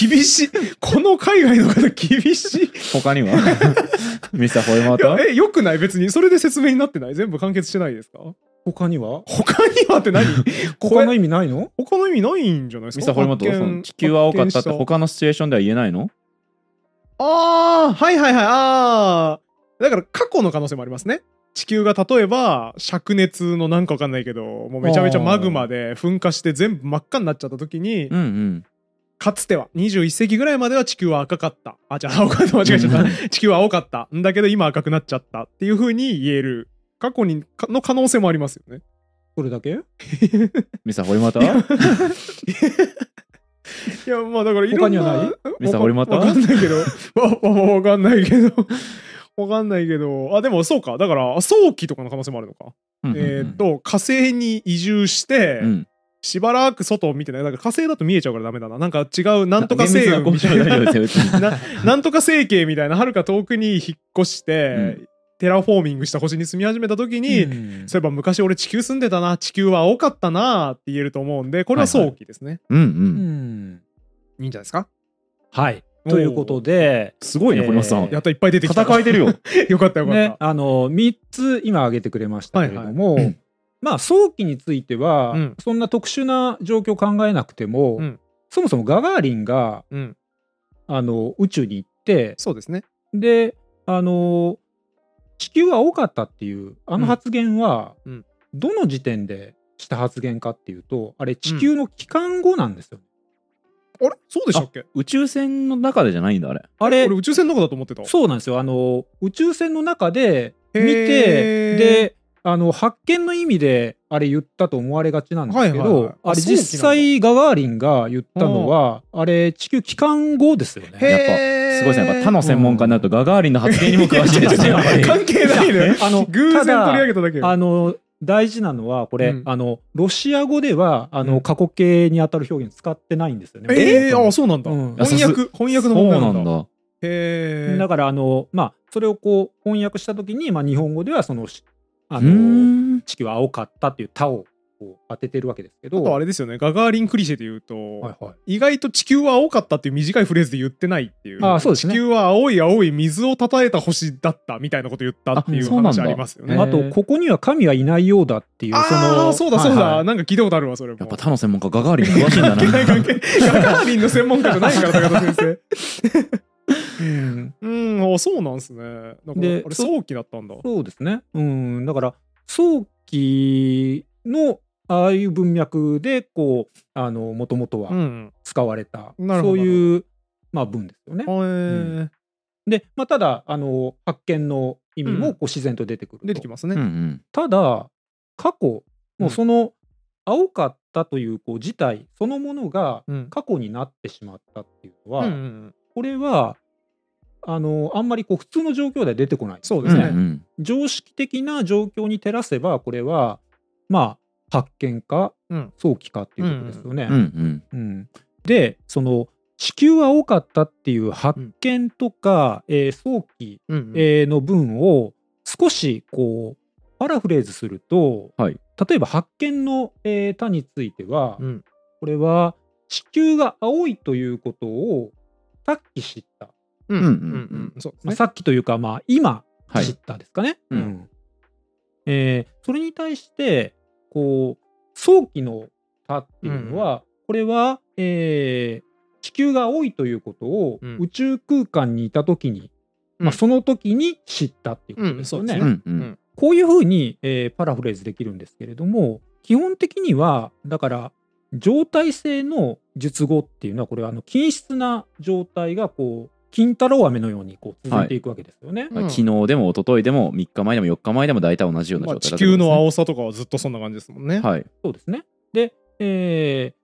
厳しいこの海外の方厳しい他には ミスターホイマーいやとえよくない別にそれで説明になってない全部完結してないですか他には他にはって何こ他のれ意味ないの 他の意味ないんじゃないですかミスターホイマー発見と地球は青かった発見ってした他のシチュエーションでは言えないのああはいはいはいああだから過去の可能性もありますね地球が例えば灼熱のなんかわかんないけどもうめちゃめちゃマグマで噴火して全部真っ赤になっちゃった時にうんうんかつては21世紀ぐらいまでは地球は赤かったあじゃあ 青かった間違えちゃった地球は青かったんだけど今赤くなっちゃったっていう風に言える過去にかの可能性もありますよね。それだけミスターホイマーとミいやまあだからいろんな他にはないスターホイマーわかんとないけどわわわかんないけどわかんないけどあでもそうかだから早期とかの可能性もあるのか。えーっと火星に移住して、うんしばらく外を見てない。なんか火星だと見えちゃうからダメだな。なんか違う、なんとか星雲みたい 厳な密な交渉が大丈夫ですよ別にななんとか星系みたいな、はるか遠くに引っ越して、うんテラフォーミングした星に住み始めた時に、うんそういえば昔俺地球住んでたな、地球は青かったなって言えると思うんで、これは早期ですね。いうんう。うんんい、んじゃないですかはいということですごいね、えー堀本さん。やった、いっぱい出てきた。戦えてるよ。 よかったよかった。ね、あの3つ今挙げてくれましたけれどはも、いはいうんまあ早期については、うんそんな特殊な状況を考えなくても、うんそもそもガガーリンがうん。あの宇宙に行ってそうですね。であの地球は多かったっていうあの発言は、うんうんどの時点でした発言かっていうとあれ地球の帰還後なんですよ。あれそうでしたっけ宇宙船の中でじゃないんだ、あれ。あれ俺宇宙船の中だと思ってた。そうなんですよあの宇宙船の中で見へーてであの発見の意味であれ言ったと思われがちなんですけど、はいはいはいああれそうなんだ実際ガガーリンが言ったのはあれ地球帰還後ですよね。すごいですね。やっぱ他のの専門家になると、ガガーリンの発言にも詳しいですね。やっぱり関係ないのよ。 あの偶然ただ取り上げただけよ。あの大事なのはこれ、うんあのロシア語ではあの、うん過去形にあたる表現使ってないんですよね。えー、あ元々あそうなんだ、うん翻訳翻訳のそう問題ななんだんだ。へえだからあのまあそれをこう翻訳した時にまあ日本語ではそのしあうーのん。地球は青かったっていう「他」をこう当ててるわけですけど。あとあれですよねガガーリンクリシェで言うと、はいはい意外と地球は青かったっていう短いフレーズで言ってないっていうあそうですね地球は青い青い水をたたえた星だったみたいなこと言ったっていあうそうなん話だありますよへねーあとここには神はいないようだっていうそあのあそうだそうだ、はいはいなんか聞いたことあるわそれも やっぱ他の専門家、ガガーリン詳しいんだな。関係ない関係ないガガーリンの専門家じゃないから高田先生 うんうんあそうなんすねだからであれそ早期だったんだそうですねうんだから早期のああいう文脈でこうあのもともとうはん使われた、なるほそどういう、まあ、文ですよねへ。ーで、まあ、ただあの発見の意味うんもこう自然と出てくると、出てきますうね、んうん。ただ過去うんもうその青かったというこう事態そのものがうん過去になってしまったっていうのうんは、うんうんこれはあのあんまりこう普通の状況では出てこないそううでんすうね、ん。常識的な状況に照らせばこれはまあ発見かうん早期かっていうことですよね。うんうん。うんでその地球は多かったっていう発見とか、えー早期、うんうんえーの文を少しこうパラフレーズすると、はい例えば発見の、えー他については、うんこれは地球が青いということをさっき知った、うんうんんうんうんそうですまあ、ね。さっきというかまあ今はい知。ったですかね。うんうんえーそれに対してこう早期の「た」っていうのは、これは、えー地球が青いということをうん宇宙空間にいた時に、うまんあ、その時に知ったっていうことですよね。うんそうですねうんううんん。こういうふうに、えーパラフレーズできるんですけれども基本的にはだから状態性の述語っていうのはこれはあの均質な状態がこう金太郎飴のようにこう続いていくわけですよね。うん昨日でも一昨日でも3日前でも4日前でも大体同じようなまあ、状態地だと球思うんですねの青さとかはずっとそんな感じですもんね。はい。そうですね。で、えー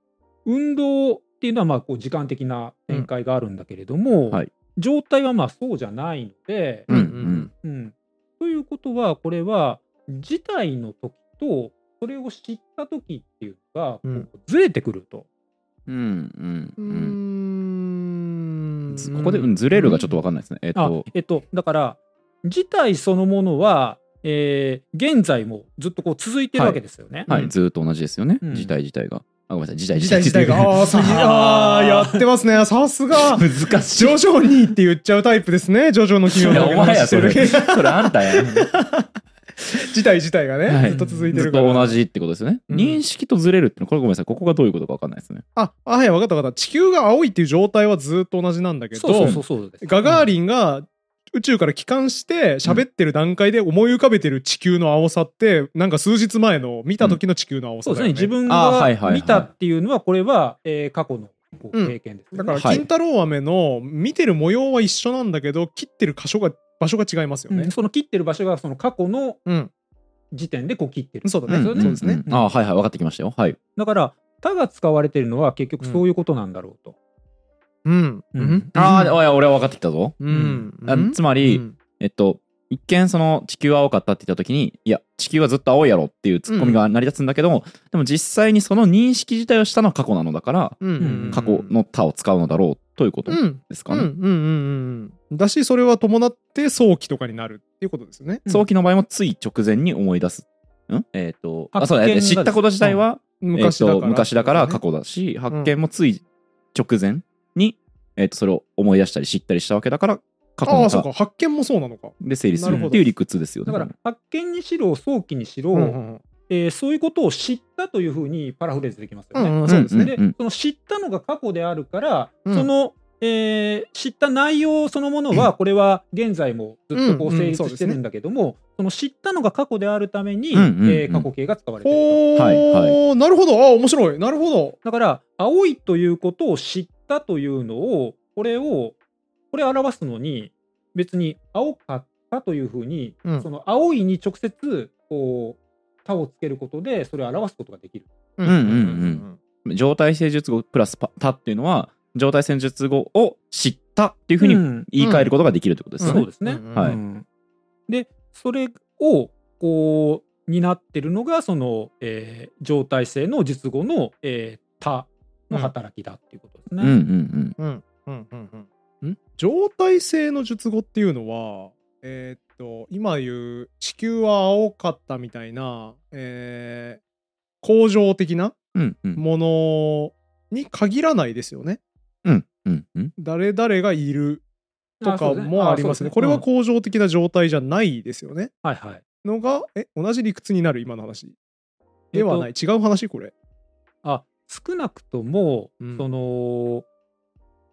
運動っていうのはまあこう時間的な展開があるんだけれども、んはい状態はまあそうじゃないので、うんううんうんん。うんということはこれは事態の時とそれを知った時っていうのがこうんうずれてくると。うんうんうん。んずここでうんずれるがちょっとわかんないですね。えっあと、えっとだから事態そのものは、えー現在もずっとこう続いてるわけですよね。はうい、んずーっと同じですよね。うん事態自体が。あ、ごめんなさい、事態時代時代が。ああー、すげえ あーやってますね。さすが。難しジョジョにって言っちゃうタイプですね。ジョジョの奇 い妙なや、お前や、それ。 話してるそれあんたや。事態自体がね、はいずっと続いてずっるから。と同じってことですよね。うん認識とずれるってのこれごめんなさい、ここがどういうことかわかんないですね。あ、あはい、分かった分かった。地球が青いっていう状態はずっと同じなんだけど、そうそうそうそうです。ガガーンリンが宇宙から帰還して喋ってる段階で思い浮かべてる地球の青さってなんか数日前の見た時の地球の青そさうでだすよね。ね自分あーはいがはいはい見たっていうのはこれは、えー過去のこううん経験ですよね、だからはい金太郎飴の見てる模様は一緒なんだけど切ってる箇所が場所が違いますようねん。その切ってる場所がその過去のうん、時点でこう切ってる。そうだんね。んそうですね。んあ、はいはい、分かってきましたよ。はい。だから「た」が使われてるのは結局そういうことなんだろうと。うん。うんああ、おい俺は分かってきたぞ。うん。あつまり、えっと、一見その地球は青かったって言った時にいや地球はずっと青いやろっていうツッコミが成り立つんだけども、でも実際にその認識自体をしたのは過去なのだからうんうんうん過去の他を使うのだろうということうんうんですうかんね、うんうんうんだしそれは伴って早期とかになるっていうことですよね早期の場合もつい直前に思い出すんえっ、とあそうだ、発見えがー知ったこと自体は、え昔ーだから、と昔だから過去去だし、発見もつい直前に、えー、とそれを思い出したり知ったりしたわけだから過去あのあそう他か発見もそうなのかで整理すなるるほどっていう理屈ですよねだから発見にしろ早期にしろ、うんうんえーそういうことを知ったというふうにパラフレーズできますようね。んうんそうですねんで、うんその知ったのが過去であるから、うんその、えー知った内容そのものは、これは現在もずっとこうんうんう成そうで立しすてねるんだけども、その知ったのが過去であるために、うんうんうんえー過去形が使われていると。ほー、はいはなるほどあ面白いなるほどだから、青いということを知ったというのを、これを、これを表すのに、別に青かったというふうに、うんその青いに直接、こう、他をつけることで、それを表すことができる。うんうんうん状態性術語プラスパタっていうのは状態性術語を知ったっていうふうにん言い換えることができるってことですよね。そうですねんんはいうんでそれをこう担ってるのがその、えー状態性の術後の「えー他」の働きだっていうことですね。うんうんうんうんうんうんん状態性の術語っていうのはえーっと今言う地球は青かったみたいなえー、恒常的なうんうんうんものに限らないですよねうんうんうん誰誰々がいるとあそかうですもありますねこれはう恒常的な状態じゃないですよねんはいはい。のがえ同じ理屈になる今の話えでっとはない、違う話これあ少なくとも、うんその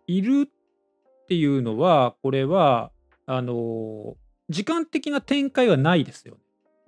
いるっていうのはこれはあの時間的な展開はないですよね。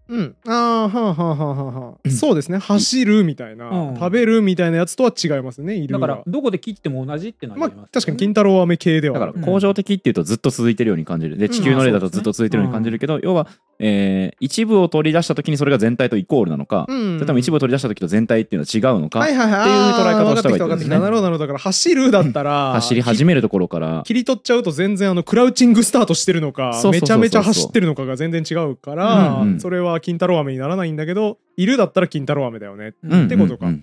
うんああはあはあはあはうあんそうですね走るみたいな、うん食べるみたいなやつとは違いますねいるだがからどこで切っても同じってのはまああ、りますよね、確かに金太郎飴系でだはかあらる。恒常的っていうとずっと続いてるように感じるでうん地球の例だとずっと続いてるように感じるけど、要は、えー一部を取り出した時にそれが全体とイコールなのか、うんそれとも一部を取り出した時と全体っていうのは違うのか、はいはいはい。っていう捉え方をした方がい分かってきいた分かってきたうんなるほどなるほど。だから走るだったら、走り始めるところからき切り取っちゃうと全然あのクラウチングスタートしてるのかそうそうそうそうめちゃめちゃ走ってるのかが全然違うから、うんうんそれは金太郎飴にならないんだけどいるだったら金太郎飴だよねうんうんうんってことかはい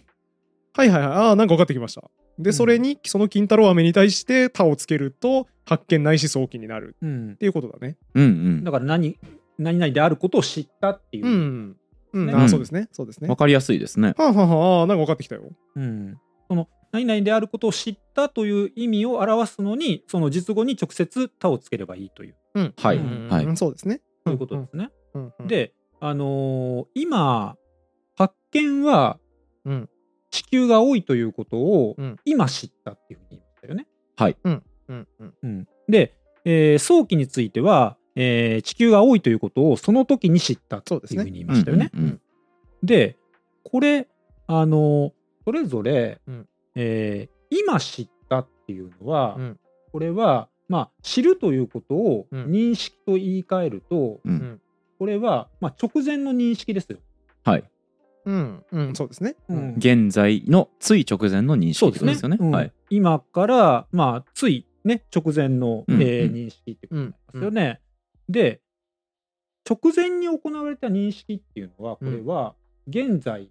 はいはいああなんか分かってきましたでうんそれにその金太郎飴に対して「他」をつけると発見ないし早期になるうんっていうことだねうんうんだから何何々であることを知ったっていうう。ん、うんねああそうですねそうですねわかりやすいですねはあはあはあなんか分かってきたようん、その何々であることを知ったという意味を表すのにその実語に直接「他」をつければいいといううんはいうんはいうんそうですねそういうことですね。うんうんで、あのー今発見はうん地球が多いということをうん今知ったっていうふうに言いましたよね。うんうんうん、で、えー早期については、えー地球が多いということをその時に知ったっていうふうに言いましたよね。うんうんうんでこれあのそれぞれ、うんえー今知ったっていうのは、うんこれは、まあ、知るということをうん認識と言い換えると、うんこれは、まあ、直前の認識ですよ。はいうんうんそうですねうん現在のつい直前の認識そうっでてすことねですよねうんはい今から、まあ、つい、ね、直前の、うんえーうん認識ってことになりますよね。で直前に行われた認識っていうのはこれは現在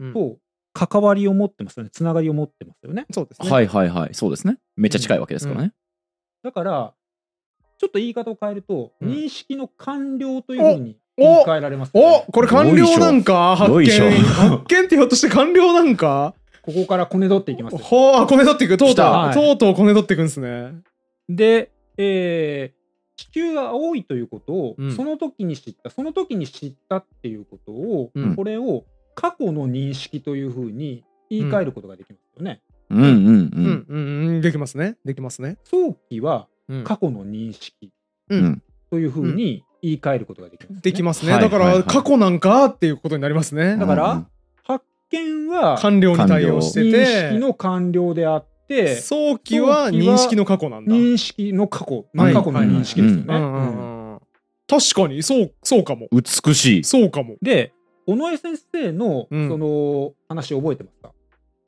うんと関わりを持ってますよねつながりを持ってますよね。そうですねはいはいはいそうですねめっちゃ近いわけですからね、だから、ちょっと言い方を変えると、うん認識の完了というふうにお言い換えられます、おね。これ完了なんか発よ見いしょ発見ってひょっとして完了なんかここからこねどっていきます。ほうあこね取っていくとう来とう、たとうとうこね取っていくんですねで、えー地球が青いということを、うんその時に知った、その時に知ったっていうことを、うんこれを過去の認識というふうに言い換えることができますよね。うんうんう、うんんうんうんできますねできますね早期はうん過去の認識うんというふうに言い換えることができます、ねできますね、はいだかはいはらい過去なんかっていうことになりますねだからうん発見は完了に対応して認識ての完了であって、早期は早期は認識の過去なんだ、認識の過去、はい過去の認識ですよね。うんうんうん確かにそうそうかも美しいそうかも、で尾上先生のそうんの話覚えてますか、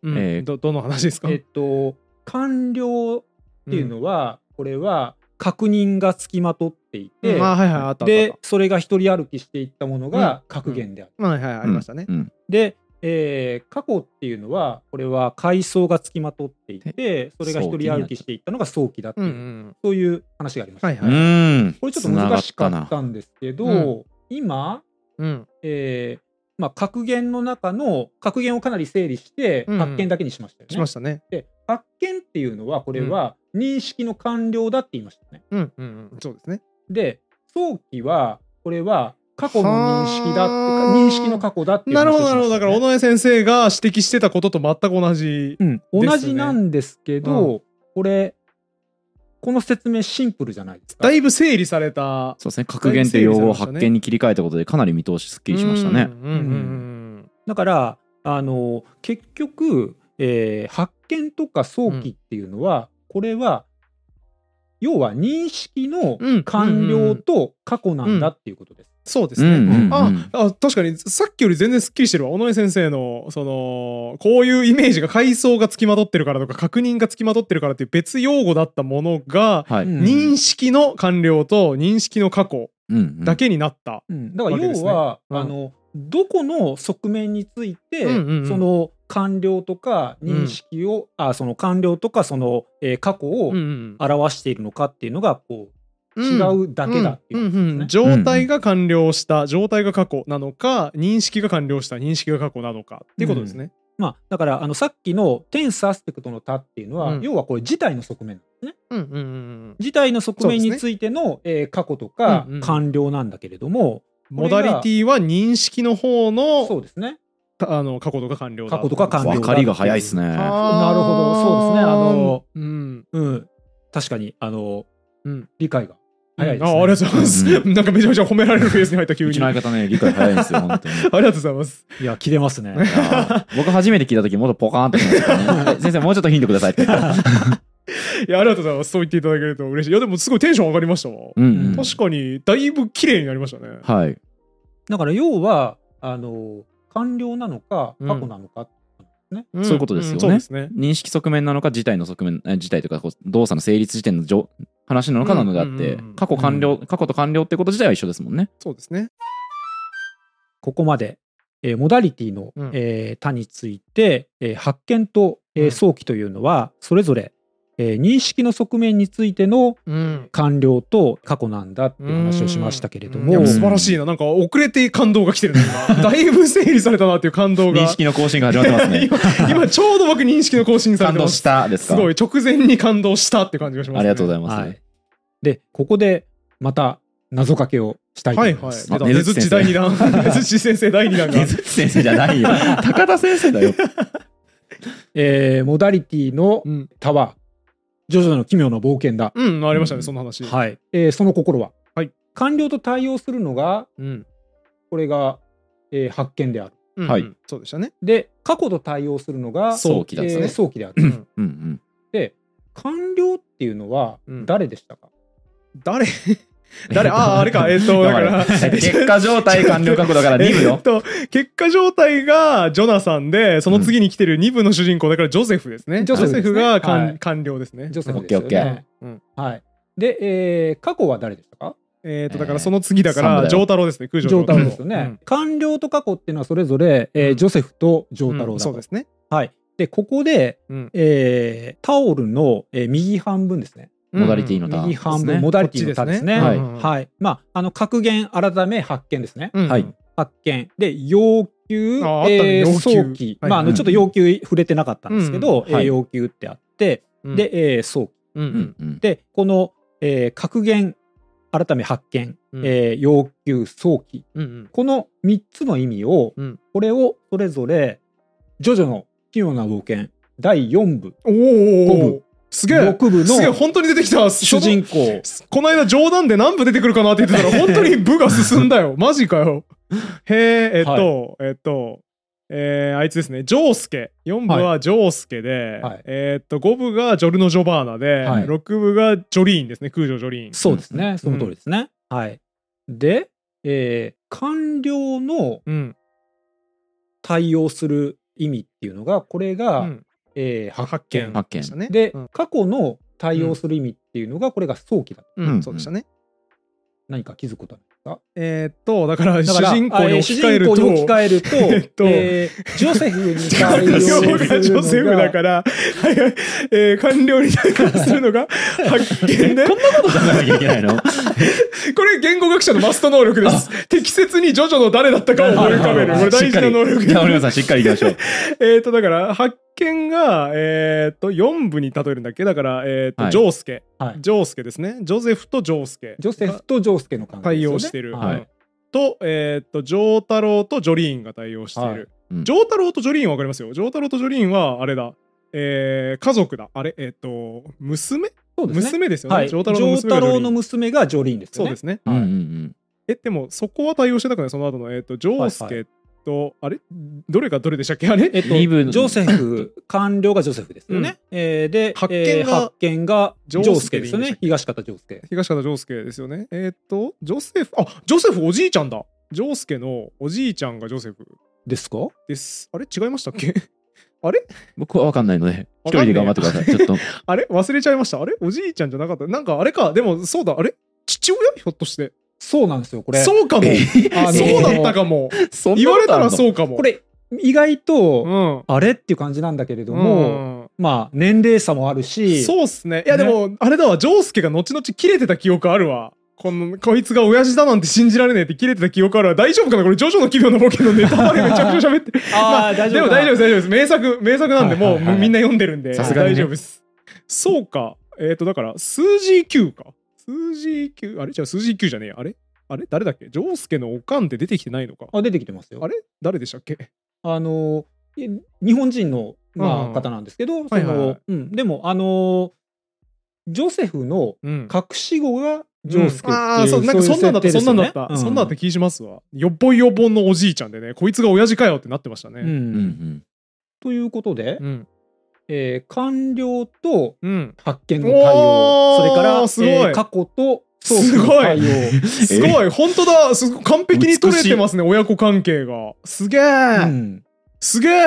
うんえーどどの話ですか、えっと完了っていうのは、これは、確認がつきまとっていて、うんあはいはいあったあったあったでそれが一人歩きしていったものが格言である。はいはいありましたね。うんで、えー過去っていうのはこれは階層がつきまとっていてそれが一人歩きしていったのが早期だってういんう、うんそういう話がありました、はいはういんこれちょっと難しか繋がっったなたんですけど、繋がったな今、うんえーまあ、格言の中の格言をかなり整理してうん発見だけにしましたよね。しましたね。で発見っていうのはこれは認識の完了だって言いましたよね。うんうんうんそうですね。で早期はこれは過去の認識だってはー認識の過去だっていうな話るほをしどまなしたるほどだよねから尾上先生が指摘してたことと全く同じ。うん、ね同じなんですけど、これこの説明シンプルじゃないですか。だいぶ整理された。そうですね格言という用語を発見に切り替えたことでかなり見通しすっきりしましたね。うんうんうんだからあの結局、えー発見とか早期っていうのは、これは要は認識のうん完了と過去なんだっていうことです。そうでうすんね。うんうんああ確かにさっきより全然すっきりしてるわ尾上先生のそのこういうイメージが階層がつきまとってるからとか確認がつきまとってるからっていう別用語だったものが、はい。うん認識の完了と認識の過去うんうんだけになった、うんだからわけです要ねは、うんあのどこの側面について、うんうんうんその完了とか認識を、あその完了とかその、えー過去をうん表しているのかっていうのがこう、うん違うだけだっていうことですね。んんん状態が完了した状態が過去なのか認識が完了した認識が過去なのかっていうことですね。まあ、だからあのさっきの「天スアスペクトの他」っていうのは、うん要はこれ自体の側面なんですね。うんうんうん自体の側面そうにですついての、えー過去とかうんうん完了なんだけれども、モダリティは認識の方そのうですね。あの過去とか完了だ過去とか完了分かりが早いですね。あーなるほどそうですねあのうんうん、確かにあの、うん理解が早いです、ねあありがとうございます。う なんかめちゃめちゃ褒められるフェーズに入った急うに。ちのあ相り方ね理解早いんですよ本当に。いがとうございます。いや切れま すね。やー僕初めて聞いた時もっとポカーンとしましたからねえ先生もうちょっとヒントくださいって言った。いや、ありがとうございます。そう言っていただけると嬉しい。いや、でもすごいテンション上がりましたわ。うんうん確かに、だいぶ綺麗になりましたね。はい。だから要はあの完了なのか過去なのか、んそういうことですよねんそうですね。認識側面なのか事態の側面え事態とかこう動作の成立時点のじょ話なのかなのであっうてんうんうん過去完了過去と完了ってこと自体は一緒ですもんね。そうですね。ここまで、えーモダリティの、うんえー他について、えー発見と、えーうん早期というのはそれぞれ、えー認識の側面についてのうん。完了と過去なんだっていう話をしましたけれどもうんいや素晴らしいな。なんか遅れて感動が来てるな。 今だいぶ整理されたなっていう感動が。認識の更新が始まってます ね。今今ちょうど僕認識の更新され感て動ましす。たですすか。ごい直前に感動したって感じがします、ね。ありがとうごいざいます。はい、でここでまた謎かけをしたいとは思いいはまいす。。出たあ根津地第二弾。根津地先生第二弾が根。津先生じ ゃないよ。高田先生だよ。えーモダリティのうん。タワージョジョの奇妙な冒険だ、うん、ありましたね、その話。はいえーその心は、はい完了と対応するのがうん。これが、えー発見であるうんはいうんそうでしたね。で過去と対応するのが早期だったねえー早期であうるんうんうん。で完了っていうのはうん誰でしたか、誰誰ああ、あれか。えっ と、だから。 結果状態完了過去だから2部えーよっ。と、結果状態がジョナサンで、その次に来てる2部の主人公だからジョゼフですね。ジョゼフですねフが完、はい完了ですね。ジョセフフでですすよよねね、うんはいで、えー過去は誰でしたかえーっと、だからその次だから、えージョータロですね。空上城太郎ですよね、完了と過去っていうのはそれぞれ、えーうんジョセフと上うん太郎だと、うんそうですね。はいでここで、うん。えータオルの、えー右半分ですねモダリティのターン右半分、ですねモダリティのターンですね。こっちですねははいい、はいまあ、あの格言改め発見ですね。うんはい発見で要求、ああったねえ要ー求早期、はいまあ、あうのんちょっと要求触れてなかったんですけど、うんはいえー要求ってあって、うん、で、えー早期うんううんんうん。でこの、えー格言改め発見、うんえー要求早期うんうんこの3つの意味を、うんこれをそれぞれ「ジョジョの奇妙な冒険」第4部おーおーおー五部すげ6え部すげえの本当に出てきた主人公この間冗談で何部出てくるかなって言ってたら本当に部が進んだよマジかよへええっと、えっとえーあいつですねジョースケ4部はジョースケで、はいえーっと5部がジョルノ・ジョバーナで、はい6部がジョリーンですね空女ジョリーンそうですね、その通りですね。はい、で、えー官僚のうん、対応する意味っていうのがこれが、うんえー発発見見発見でしたねで、うん過去の対応する意味っっていうのが、これが早期だと。うんうんそうでしたね。何か気づくことはないでえーっと、だから、主すかだから人公にあえー置き換えると、主人公に置き換えると えっとえージョセフに対応官するの僚ががジョセフだから、はいはい、えー官僚に対応するのが発見で、考えなきゃい けないのこれ言語学者のマスト能力です。適切にジョジョの誰だったかを思い浮かべる。これ大事な能力しっかりじゃあ、森本さん、しっかりいきまし ょう。えー、と、だから、発見が、えー、と、4部に例えるんだっけだから、えー、と、はいジョースケ。はいジョースケですね。ジョゼフとジョースケ。ジョセフとジョースケの関係です対よね応してる。はういんと、えー、と、ジョー太郎とジョリーンが対応している。はういんジョー太郎とジョリーンはわかりますよ。ジョー太郎とジョリーンは、あれだ。えー、家族だ。あれ、えっ、と、娘、そうですね娘ですよね。はい、ジジョョー太郎のー娘が太ジョリーン郎の娘がジョリーンですそようね。ですね。うんうんうん。え、でも、そこは対応してたくない、その後の。えっ、と、ジョースケと、あれどれがどれでしたっけあれえっと、身分ジョセフ、官僚がジョセフですよね。えーで、発見がえー発見がジョースケですよジョースケでいいんでしたっねけ。東方ジョースケ。東方ジョースケですよね。えーっと、ジョセフ、あジョセフおじいちゃんだ。ジョースケのおじいちゃんがジョセフですかです。あれ違いましたっけ僕は分かんないので、一わかんねえ人で頑張ってください。ちょっと。あれ忘れちゃいました。あれおじいちゃんじゃなかった。なんかあれか、でもそうだ、あれ父親ひょっとして。そうなんですよ、これ。そうかも。あのそうだったかも。そんな言われことたあんのらそうかも。これ、意外と、うん。あれっていう感じなんだけれども、もまあ、年齢差もあるし、そうっすね。いやでも、あれだわ、ジョースケが後々切れてた記憶あるわ。このこいつが親父だなんて信じられねえって切れてた記憶あるわ。大丈夫かなこれ、ジョジョの奇妙な冒険のネタバレめちゃくちゃ喋ってる。あーまあ大丈夫でもかな大丈夫です、大丈夫です。名作、名作なんで、はいもうはいはいもうみんな読んでるんで、さすがに大ね丈夫です。そうか。えっ、と、だから、数字9か。数字9、あれじゃあ数字9じゃねえや。あれあれ誰だっけジョースケのおかんって出てきてないのか。あ出てきてますよ。あれ誰でしたっけあのえ日本人の、うんまうんあ、方なんですけど、そはいはいはいのうんでもあのジョセフのうん。隠し子がジョースケっていう、ああ、そう、なんかそんなんだった、そんなんだった。そんなんだったっ気しますわ。よっぽいよぼんのおじいちゃんでね、こいつが親父かよってなってましたうんね。うんうん。ということで、うん。えー官僚とうん。発見の対応おーそれから、すごいえー過去と早期の対応 すごい、本当だ、すご完璧に取れてますね、親子関係が。すげうえ、んすげえ、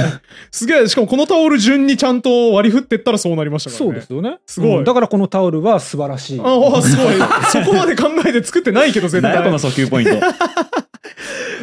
すげえ、しかもこのタオル順にちゃんと割り振ってったらそうなりましたからね。そうですよねすごいうんだからこのタオルは素晴らしいああ、すごい。そこまで考えて作ってないけど、絶何やこ対の。訴求ポイ ント。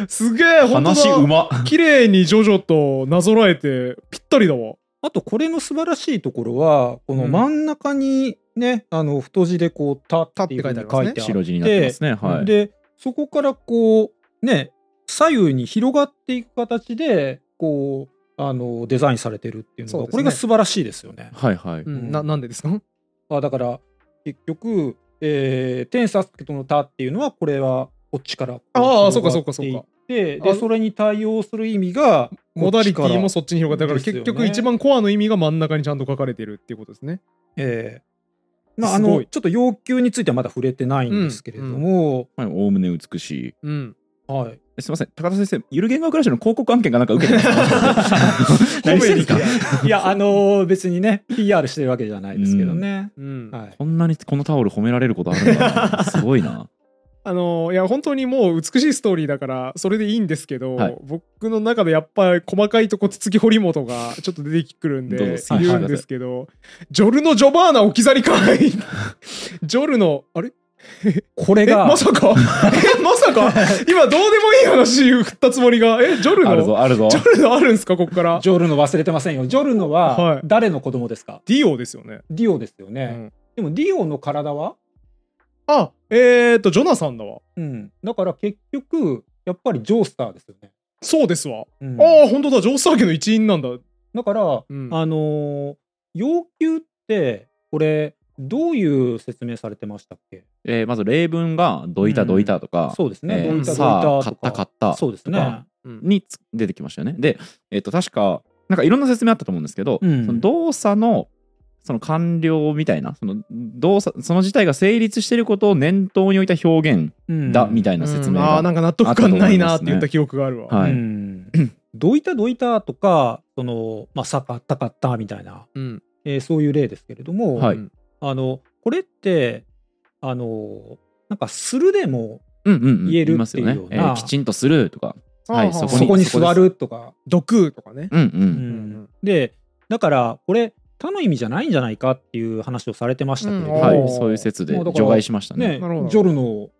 すげえ、本話う当だ。ま。綺麗にジョジョとなぞらえて、ぴったりだわ。あとこれの素晴らしいところはこのうん真ん中にね、あの太字でこう「た」っていうふうにたって書書いいててあ白地になってますね。はい。でそこからこうね左右に広がっていく形でこうあのデザインされてるっていうのそうがですねこれが素晴らしいですよね。はいはい。んななんでですかあだから結局、えー、天サスケとの「た」っていうのはこれはこっちからこああそ広がうかそうかそうかっていってあでそれに対応する意味がモダリテこっちかィらもそっちに広がってだからですよね結局一番コアの意味が真ん中にちゃんと書かれてるっていうことですね。えーまあ、あすごのいちょっと要求についてはまだ触れてないんですけれども、はいおおむね美しい。うん。はい、えすみません、高田先生、ゆる言語学ラッシュの広告案件がなんか受けてます 何してるんですかいや、あのー別にね、PR してるわけじゃないですけどね。うん。はい、こんなにこのタオル褒められることあるんだな。すごい な。あのいや本当にもう美しいストーリーだからそれでいいんですけど、はい僕の中でやっぱり細かいとこつつき堀本がちょっと出てくるんどうでぞ言うんですけど、ジョルノ・ジョバーナ置き去りかいジョルノあれ これえが、まさか えまさか今どうでもいい話振ったつもりがえジョルあるノぞ、あるぞ。ジョルノあるんですかここからジョルノ忘れてませんよ。ジョルノはいは誰の子供ですか、ディオですよね、ディオですようね。ん、でもディオの体は、あえー、っとジョナサンだわうん、だから結局、やっぱりジョースターですよね。そうですわ。うん、ああ、本当だ、ジョースター家の一員なんだ。だから、うんあのー要求って、これ、どういう説明されてましたっけえーまず例文が、どいたどいたとか、そうですね。えーどいたどいさあ、た買とった買っか。たそうですね。につ出てきましたよね。で、えっと確か、なんかいろんな説明あったと思うんですけど、うんその動作のその完了みたいな、その動作、その自体が成立していることを念頭に置いた表現だ、みたいな説明あが。あー、なんか納得感ないなって言った記憶があるわ。はいうん、 どいたどいたとか、その、まあ、さかったかったみたいな、うんえーそういう例ですけれども、はいうんあの、これって、あの、なんか、するでも、うんうんうん、言えるいますよねっていうようえなーきちんとするとか。はいあーそこにそこに座るとか、毒とかね。うんううんん。んで、だから、これ、他の意味じゃないんじゃないかっていう話をされてましたけれどうんも、はおーい、そういう説でもうだから除外しましたね。ねなるほどジョルの、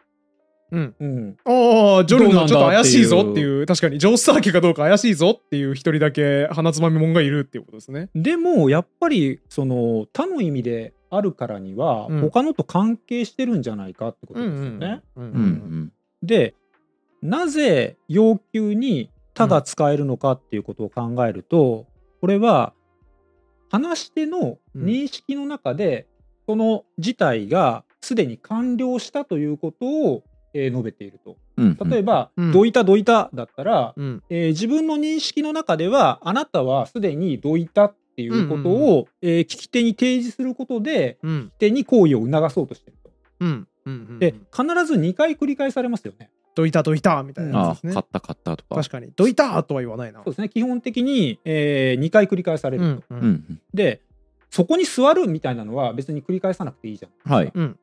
うんうん、ああ、ジョルノはちょっと怪しいぞってどういう、確かに、ジョースター家かどうか怪しいぞっていう一人だけ鼻つまみもんがいるっていうことですね。でもやっぱりその他の意味であるからにはうん他のと関係してるんじゃないかってことですよね。うんうんうんでなぜ要求に「他」が使えるのかっていうことを考えると、これは話し手の認識の中で、その事態がすでに完了したということを、えー述べているうんと。うん例えば「うんどいたどいた」だったら、うんうんえー自分の認識の中ではあなたはすでにどいたっていうことを、えー聞き手に提示することでうん聞き手に行為を促そうとしてると。うんうんで必ず2回繰り返されますよね。どいたどいたみたいなやあつですね買っ。た買ったとか。確かに。どいたとは言わないな。そうですね基本的に、え2回繰り返されるううと。んんでそこに座るみたいなのは別に繰り返さなくていいじゃん。うん。はい。うん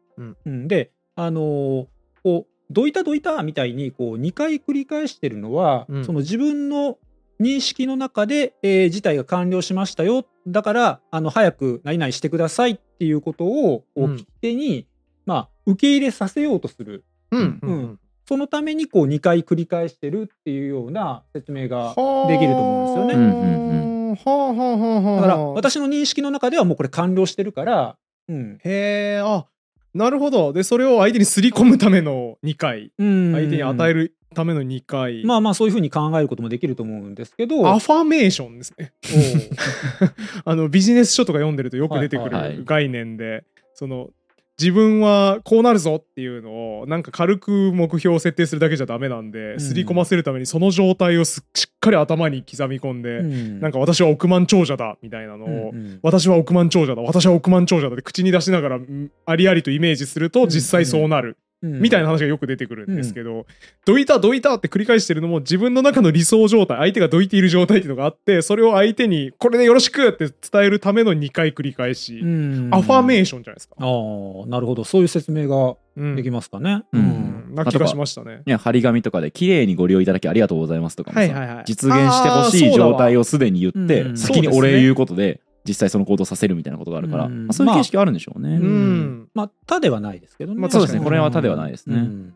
うん、であのーこうどいたどいたみたいにこう2回繰り返してるのは、うんその自分の認識の中で、えー事態が完了しましたよだからあの早く何々してくださいっていうことをこううん聞き手に、まあ、受け入れさせようとするうんうんそのためにこう2回繰り返してるっていうような説明ができると思うんですよねはあうんはあはあはあはあだから私の認識の中ではもうこれ完了してるから、うんへえあなるほどでそれを相手にすり込むための2回うん相手に与えるための2回、まあまあそういうふうに考えることもできると思うんですけどアファメーションですね あのビジネス書とか読んでるとよく出てくはいはいはるい概念で、その自分はこうなるぞっていうのをなんか軽く目標を設定するだけじゃダメなんで、うんすり込ませるためにその状態をすしっかり頭に刻み込んで、うんなんか私は億万長者だみたいなのを、うん私は億万長者だ私は億万長者だって口に出しながらんありありとイメージするとうん実際そうなるうんみたいな話がよく出てくるんですけど「どいたどいた」って繰り返してるのも自分の中の理想状態相手がどいている状態っていうのがあってそれを相手に「これでよろしく!」って伝えるための2回繰り返しうんアファメーションじゃないですか。ああなるほどそういう説明がうんできますかね。うんうんな気がしましたね。ね、張り紙とかで綺麗にご利用いただきありがとうございますとかもさ、いは実現してほしい状態ををすでに言っうんて、うん先にそうおですね礼言うことで、実際その行動させるみたいなことがあるから、うまんあそういう形式あるんでしょうね。うんまあ他ではないですけどね。まあそうですねこれは他ではないですねうん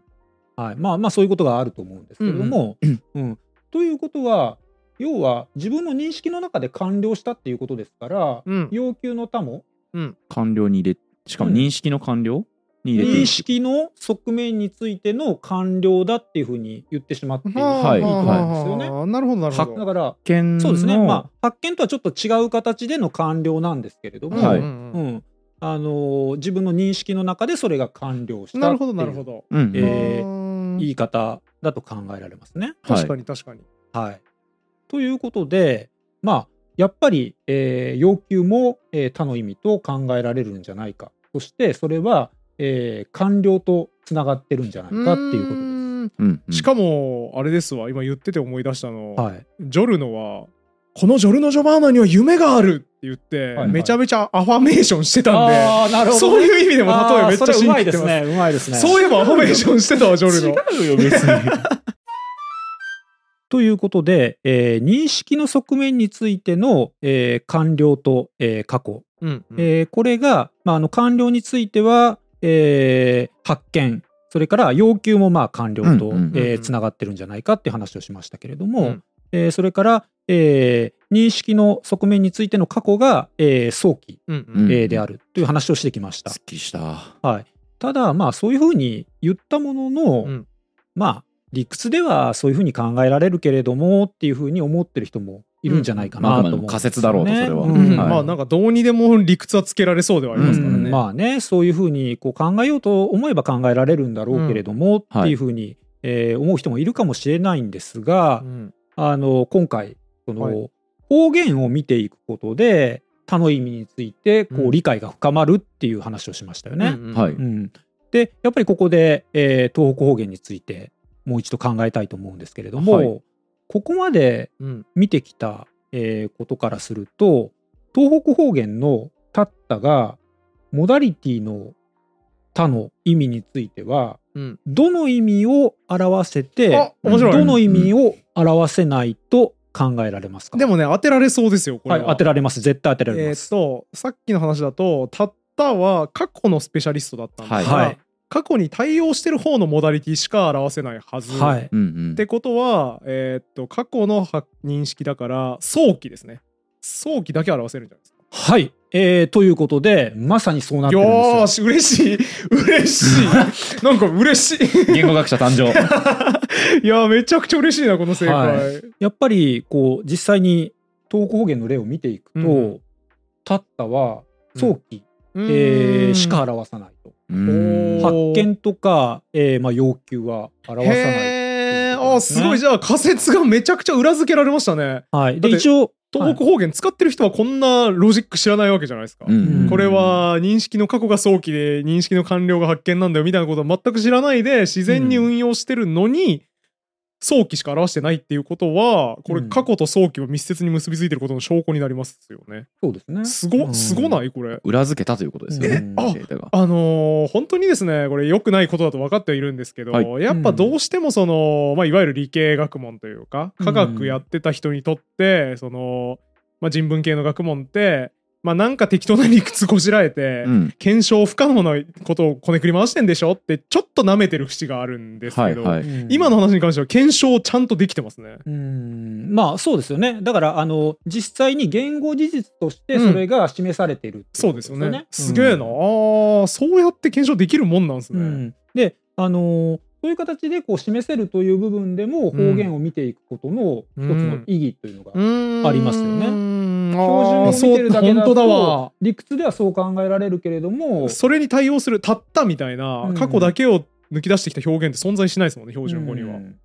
はい、まあまあそういうことがあると思うんですけれども、うんということは要は自分の認識の中で完了したっていうことですから、うん要求の他も完了に入れ、しかも認識の完了に入れてい認く識の側面についての完了だっていうふうに言ってしまっているはいということなんですよね。はあなるほどなるほだど。から発見のそうですね、まあ、発見とはちょっと違う形での完了なんですけれども、はいうんうんううんんあのー自分の認識の中でそれが完了したなるほどなるっほてど。うんうんえーうんいう言い方だと考えられますね。はい確かに確かに。はい、ということで、まあ、やっぱり、えー要求も、えー他の意味と考えられるんじゃないかそしてそれは、えー完了とつながってるんじゃないかっていうことうです。んうんしかもあれですわ今言ってて思い出したの、はい、ジョルノは「このジョルノ・ジョバーナには夢がある!」って言って、はいはいめちゃめちゃアファメーションしてたんで、ーなるそうういう意味でも例えめっちゃう信まいじでてすます。ねうまいですね。そういえばアファメーションしてたわジョルノ。違うよ別にということで、えー認識の側面についての、えー完了と、えー過去、うんうんえーこれが、まあ、あの完了については、えー発見それから要求もまあ完了とうんうんうんえーつながってるんじゃないかっていう話をしましたけれども、うんえーそれから、えー認識の側面についての過去が、えー早期、うんうんえーであるという話をしてきました。すっきりしたはい、ただまあそういうふうに言ったものの、うんまあ理屈ではそういうふうに考えられるけれどもっていうふうに思ってる人もいるんじゃないかなと思うんですよね、まあ仮説だろうとそれはうんはいまあなんかどうにでも理屈はつけられそうではありますからね。うんまあねそういうふうにこう考えようと思えば考えられるんだろうけれども、うんっていうふうに、えー思う人もいるかもしれないんですが、あの今回その、はい方言を見ていくことで他の意味についてこうんう理解が深まるっていう話をしましたよね。はいうん、でやっぱりここで、えー東北方言についてもう一度考えたいと思うんですけれども、はいここまでうん見てきた、えーことからすると東北方言の「たった」がモダリティの「他の意味についてはうんどの意味を表せてあ面白いどの意味を表せないと考えられますかでもね当てられそうですよこはれい、は、当てられます。絶対当てられえまーっす。とさっきの話だとたったは過去のスペシャリストだったんですが、はいはい過去に対応してる方のモダリティしか表せないはず、はいうんうんっ。てことは、えーっと過去のは認識だから早期ですね早期だけ表せるんじゃないですかはい、えーということでまさにそうなってるんですよ。よーし嬉しい嬉し いなんか嬉しい 言語学者誕生。いやーめちゃくちゃ嬉しいなこの正解、はやっぱりこう実際に東北方言の例を見ていくと、うんタッタは早期、うーんえーしか表さないと。うーんおー発見とか、えーまあ、要求は表さない。へっていうことーあですすねごいじゃあ仮説がめちゃくちゃ裏付けられましたねはい、だってで一応東北方言使ってる人はこんなロジック知らないわけじゃないですか、うんこれは認識の過去が早期で認識の完了が発見なんだよみたいなことを全く知らないで自然に運用してるのに早期しか表してないっていうことはこれうん過去と早期は密接に結びついてることの証拠になりますよね。そうですね。すうごんすごないこれ。裏付けたということですようね。んあデータがあのー本当にですねこれ良くないことだと分かってはいるんですけど、はやっぱどうしてもその、まあ、いわゆる理系学問というかうん科学やってた人にとって、その、まあ、人文系の学問って、まあ、なんか適当な理屈こじられて、うん検証不可能なことをこねくり回してんでしょってちょっと舐めてる節があるんですはけいど、はい。うん今の話に関しては検証ちゃんとできてますね。うんまあそうですよね。だからあの実際に言語事実としてそれが示されているっていそうことですよね。よすげえな、あーそうやって検証できるもんなんですうね。ん、で、あのーそういう形でこう示せるという部分でも方言を見ていくことの一つの意義というのが、あありますよねあ標準を見てるだけだとそう本当だわ理屈ではそう考えられるけれども、それに対応するたったみたいなうん過去だけを抜き出してきた表現って存在しないですもんね標準語にうは。ん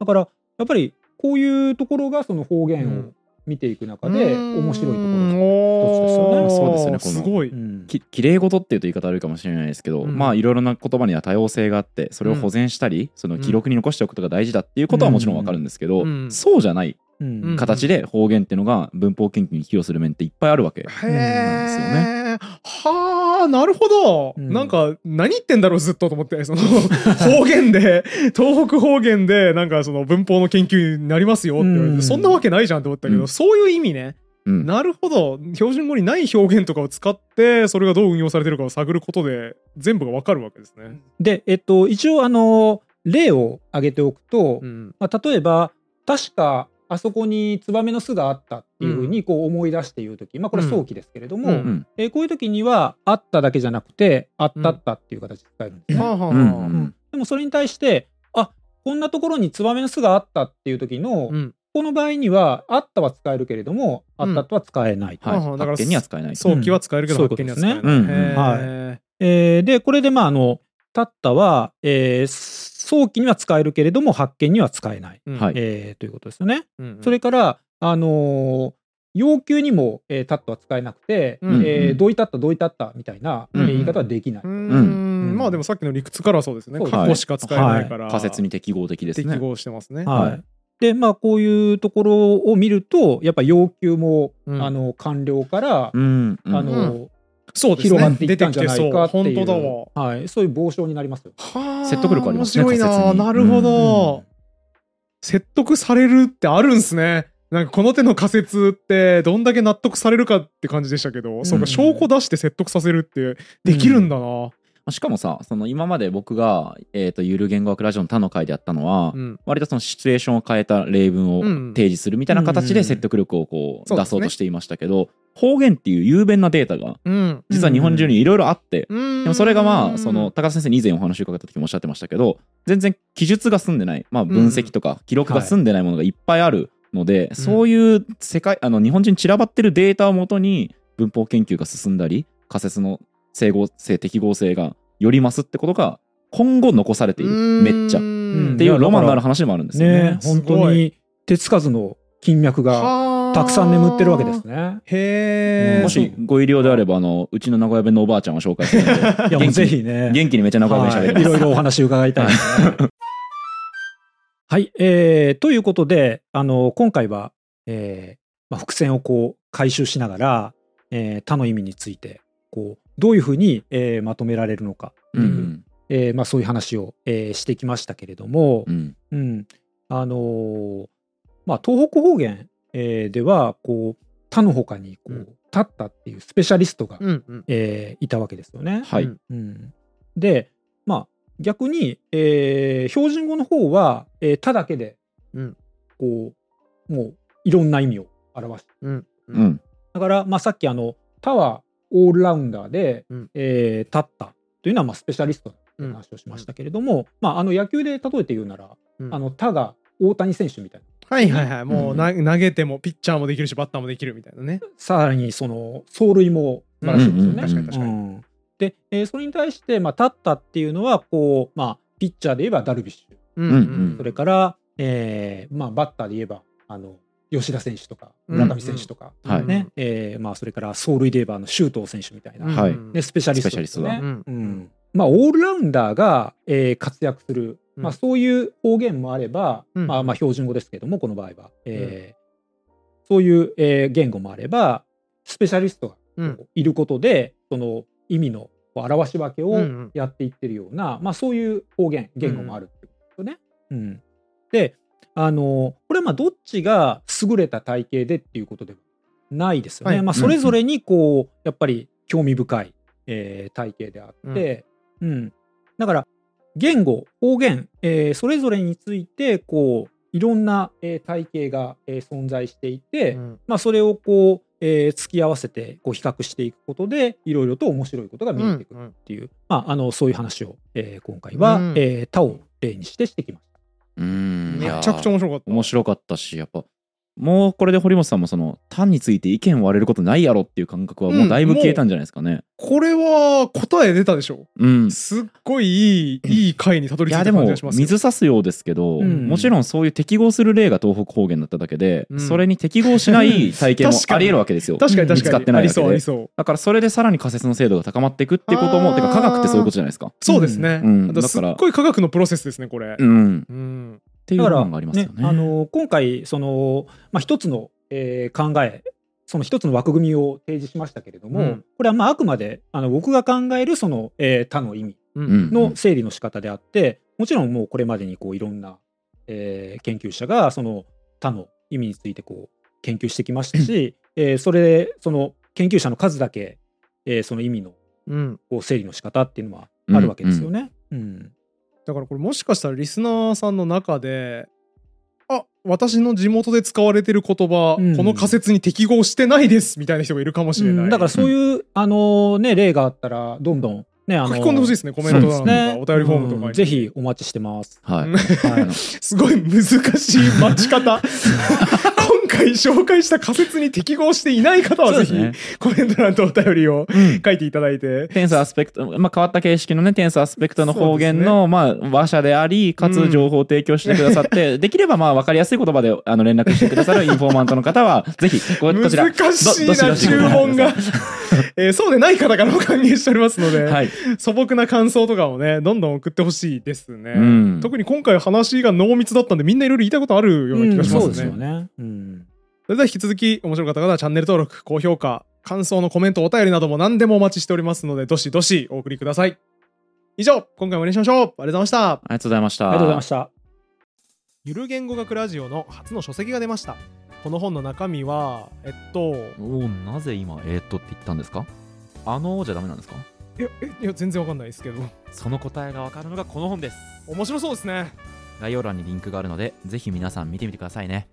だからやっぱりこういうところがその方う言をん見ていく中で面白いところうんだおーそうですよねこのすごいと。う。んき綺麗事っていうと言い方あるかもしれないですけど、うんまあいろいろな言葉には多様性があってそれを保全したり、その記録に残しておくことが大事だっていうことはもちろんわかるんですけど、うんそうじゃないうんうん形で方言っていうのが文法研究に寄与する面っていっぱいあるわけ。へなんですよえ。はあなるほど、うんなんか何言ってんだろうずっとと思ってその方言で 東北方言でなんかその文法の研究になりますよって言われて、うんそんなわけないじゃんって思ったけど、うんそういう意味ねうん、なるほど標準語にない表現とかを使ってそれがどう運用されてるかを探ることで全部がわかるわけですね。で、えっと、一応あのー例を挙げておくと、うんまあ、例えば確かあそこにツバメの巣があったっていうふうにこう思い出して言う時、まあ、これは早期ですけれども、うんうんえーこういう時には「あった」だけじゃなくて「あったった」っていう形で使えるんですね。はあはあはあうんうんでもそれに対して「あこんなところにツバメの巣があった」っていう時の、うんこの場合には「あった」は使えるけれども「あった」とは使えないと。はい、ああだから発見には使えない。早期は使えるけどうん発見には使えない。そういうことですねへーえーでこれでまああの「たった」は、えー早期には使えるけれども発見には使えない、うんはいえーということですよね。うんそれから、あのー要求にも、えー、タットは使えなくて、うんえーどういたったどういたったみたいな、うんえー言い方はできない。うーうんまあでもさっきの理屈からはそうですね。そうですね過去しか使えないから。仮説に適合的ですね適。合してますね。はいはいでまあこういうところを見るとやっぱ要求も、うんあの官僚から、うん、うんあのーそうですね。広がっていったんじゃないかって出てきてそいう。本当うだわ。はい、そういう傍証になりますよ。はあ説得力ありますね面白い仮な。説になるほうどん。説得されるってあるんすね。なんかこの手の仮説ってどんだけ納得されるかって感じでしたけど、そうか証拠出して説得させるってできるんだな。しかもさその今まで僕が、えーと「ゆる言語学ラジオ」の他の回でやったのは、うん割とそのシチュエーションを変えた例文をうん提示するみたいな形で説得力をこううん出そうとしていましたけど、方言っていう雄弁なデータがうん。実は日本中にいろいろあって、ででもそれがまあその高田先生に以前お話を伺った時もおっしゃってましたけど全然記述が済んでない、まあ、分析とか記録が済んでないものがいっぱいあるので、そういう世界あの日本人散らばってるデータをもとに文法研究が進んだり仮説の整合性適合性がよりますってことが今後残されているめっちゃっっていうロマンのある話でもあるんですよねね。すごい本当に手つかずの金脈がたくさん眠ってるわけです。ね。へえ。うんもしご医療であればあのうちの名古屋弁のおばあちゃんを紹介するのでいやもう元気ぜひね。元気にめちゃ名古屋弁しゃべりはい、います。ろいろお話伺いたいですね。 はい、えーということであの今回は、えーまあ、伏線をこう回収しながら、えー他の意味についてこうどういうふうに、えーまとめられるのか、うんえーまあ、そういう話を、えーしてきましたけれどもう、んうんあのーまあ、東北方言、えーではこう他の他にこう、うん立ったっていうスペシャリストが、うんうんえーいたわけですよね。はい。うんうんでまあ逆に、えー標準語の方は「えーた」だけでうんこうもういろんな意味を表す。うんううんん。だから、まあ、さっきあの「た」はオールラウンダーで、うんえー立ったというのはまあスペシャリストだとういうん話をしましたけれども、まあ、あの野球で例えて言うなら「うんあのた」が大谷選手みたいなはいはいはいもううんな投げてもピッチャーもできるしバッターもできるみたいなねさらにその走塁も素晴らしいですようんね。確かに確かにうんで、えーそれに対して、まあ、立ったっていうのはこう、まあ、ピッチャーで言えばダルビッシュうんうんそれから、えーまあ、バッターで言えばあの吉田選手とかうん村上選手とか、はいうんねえーまあ、それから走塁で言えばあの周東選手みたいな、うんはいうんね、スペシャリストですよスペねシャリストだうんうんまあ、オールラウンダーが、えー活躍する、うんまあ、そういう方言もあれば、うんまあ、まあ標準語ですけどもこの場合は、えーそういう、えー言語もあればスペシャリストうがんこういることで、その意味のこう表し分けをうんうんやっていってるような、まあ、そういう方言言語もあるってことですよね。うんであのこれはまあどっちが優れた体系でっていうことではないですよね。はいまあ、それぞれにこうやっぱり興味深いえー体系であって、うんだから言語方言、えーそれぞれについてこういろんな、えー体系が、えー存在していて、うんまあ、それをこう、えー突き合わせてこう比較していくことでいろいろと面白いことが見えてくうるんっていう、まあ、あのそういう話を、えー今回は、うんえー他を例にしてしてきましうん。めちゃくちゃ面白かった面白かったし、やっぱ、もうこれで堀本さんもその、単について意見割れることないやろっていう感覚はもうだいぶ消えたんじゃないですかね。これは答え出たでしょうん。すっごいいいいい回にたどいり着いやたで感もじがしますよ水差すようですけど、うんもちろんそういう適合する例が東北方言だっただけで、うんそれに適合しない体験も確かにありえるわけですよ確かにうん確見つかかにってないあわけりでそうありそうだからそれでさらに仮説の精度が高まっていくっていうことあもーてか科学ってそういうことじゃないですかそうですね、うんあとだすかっらごい科学のプロセスですねこれうんうんっていうた。だから、のがありますよねあの今回その、まあ、一つの、えー考えその一つの枠組みを提示しましたけれども、うんこれはまああくまであの僕が考えるその、えー他の意味うんうんの整理の仕方であって、もちろんもうこれまでにこういろんな、えー研究者がその他の意味についてこう研究してきました し、えーそれでその研究者の数だけ、えーその意味のうんこう整理の仕方っていうのはあるわけですよね。うんだからこれもしかしたらリスナーさんの中であ私の地元で使われてる言葉、うんこの仮説に適合してないですみたいな人がいるかもしれない、うんだからそういう、あのね例があったらどんどんねあ書のき込んでほしいですねコメント欄とか、ねお便りフォームとかに、うんぜひお待ちしてます。はい、はあいのすごい難しい待ち方今回紹介した仮説に適合していない方はぜひ、そうでコメント欄とお便りをうん書いていただいてテンスアスペクト、まあ、変わった形式のね、テンスアスペクトの方言の、まあ、話者であり、かうんつ情報を提供してくださって、できれば、まあ、わかりやすい言葉で、あの、連絡してくださるインフォーマントの方 は、ぜひ、ここちら。難しいどどしなどしご注覧文くだが、えーそうでない方からも歓迎しておりますので、はい。 素朴な感想とかもねどんどん送ってほしいですね、うん特に今回話が濃密だったんでみんないろいろ言いたいことあるような気がしそまうすでね、すよね。うんそれでは引き続き面白かった方はチャンネル登録高評価感想のコメントお便りなども何でもお待ちしておりますのでどしどしお送りください以上今回もお願いしましょうありがとうございましたありがとうございました。ありがとうございました。ゆる言語学ラジオの初の書籍が出ましたこの本の中身はえっとおーなぜ今、えーっとって言ったんですかあのーじゃダメなんですかいやえいや全然わかんないですけどその答えがわかるのがこの本です。面白そうですね概要欄にリンクがあるので、ぜひ皆さん見てみてくださいね。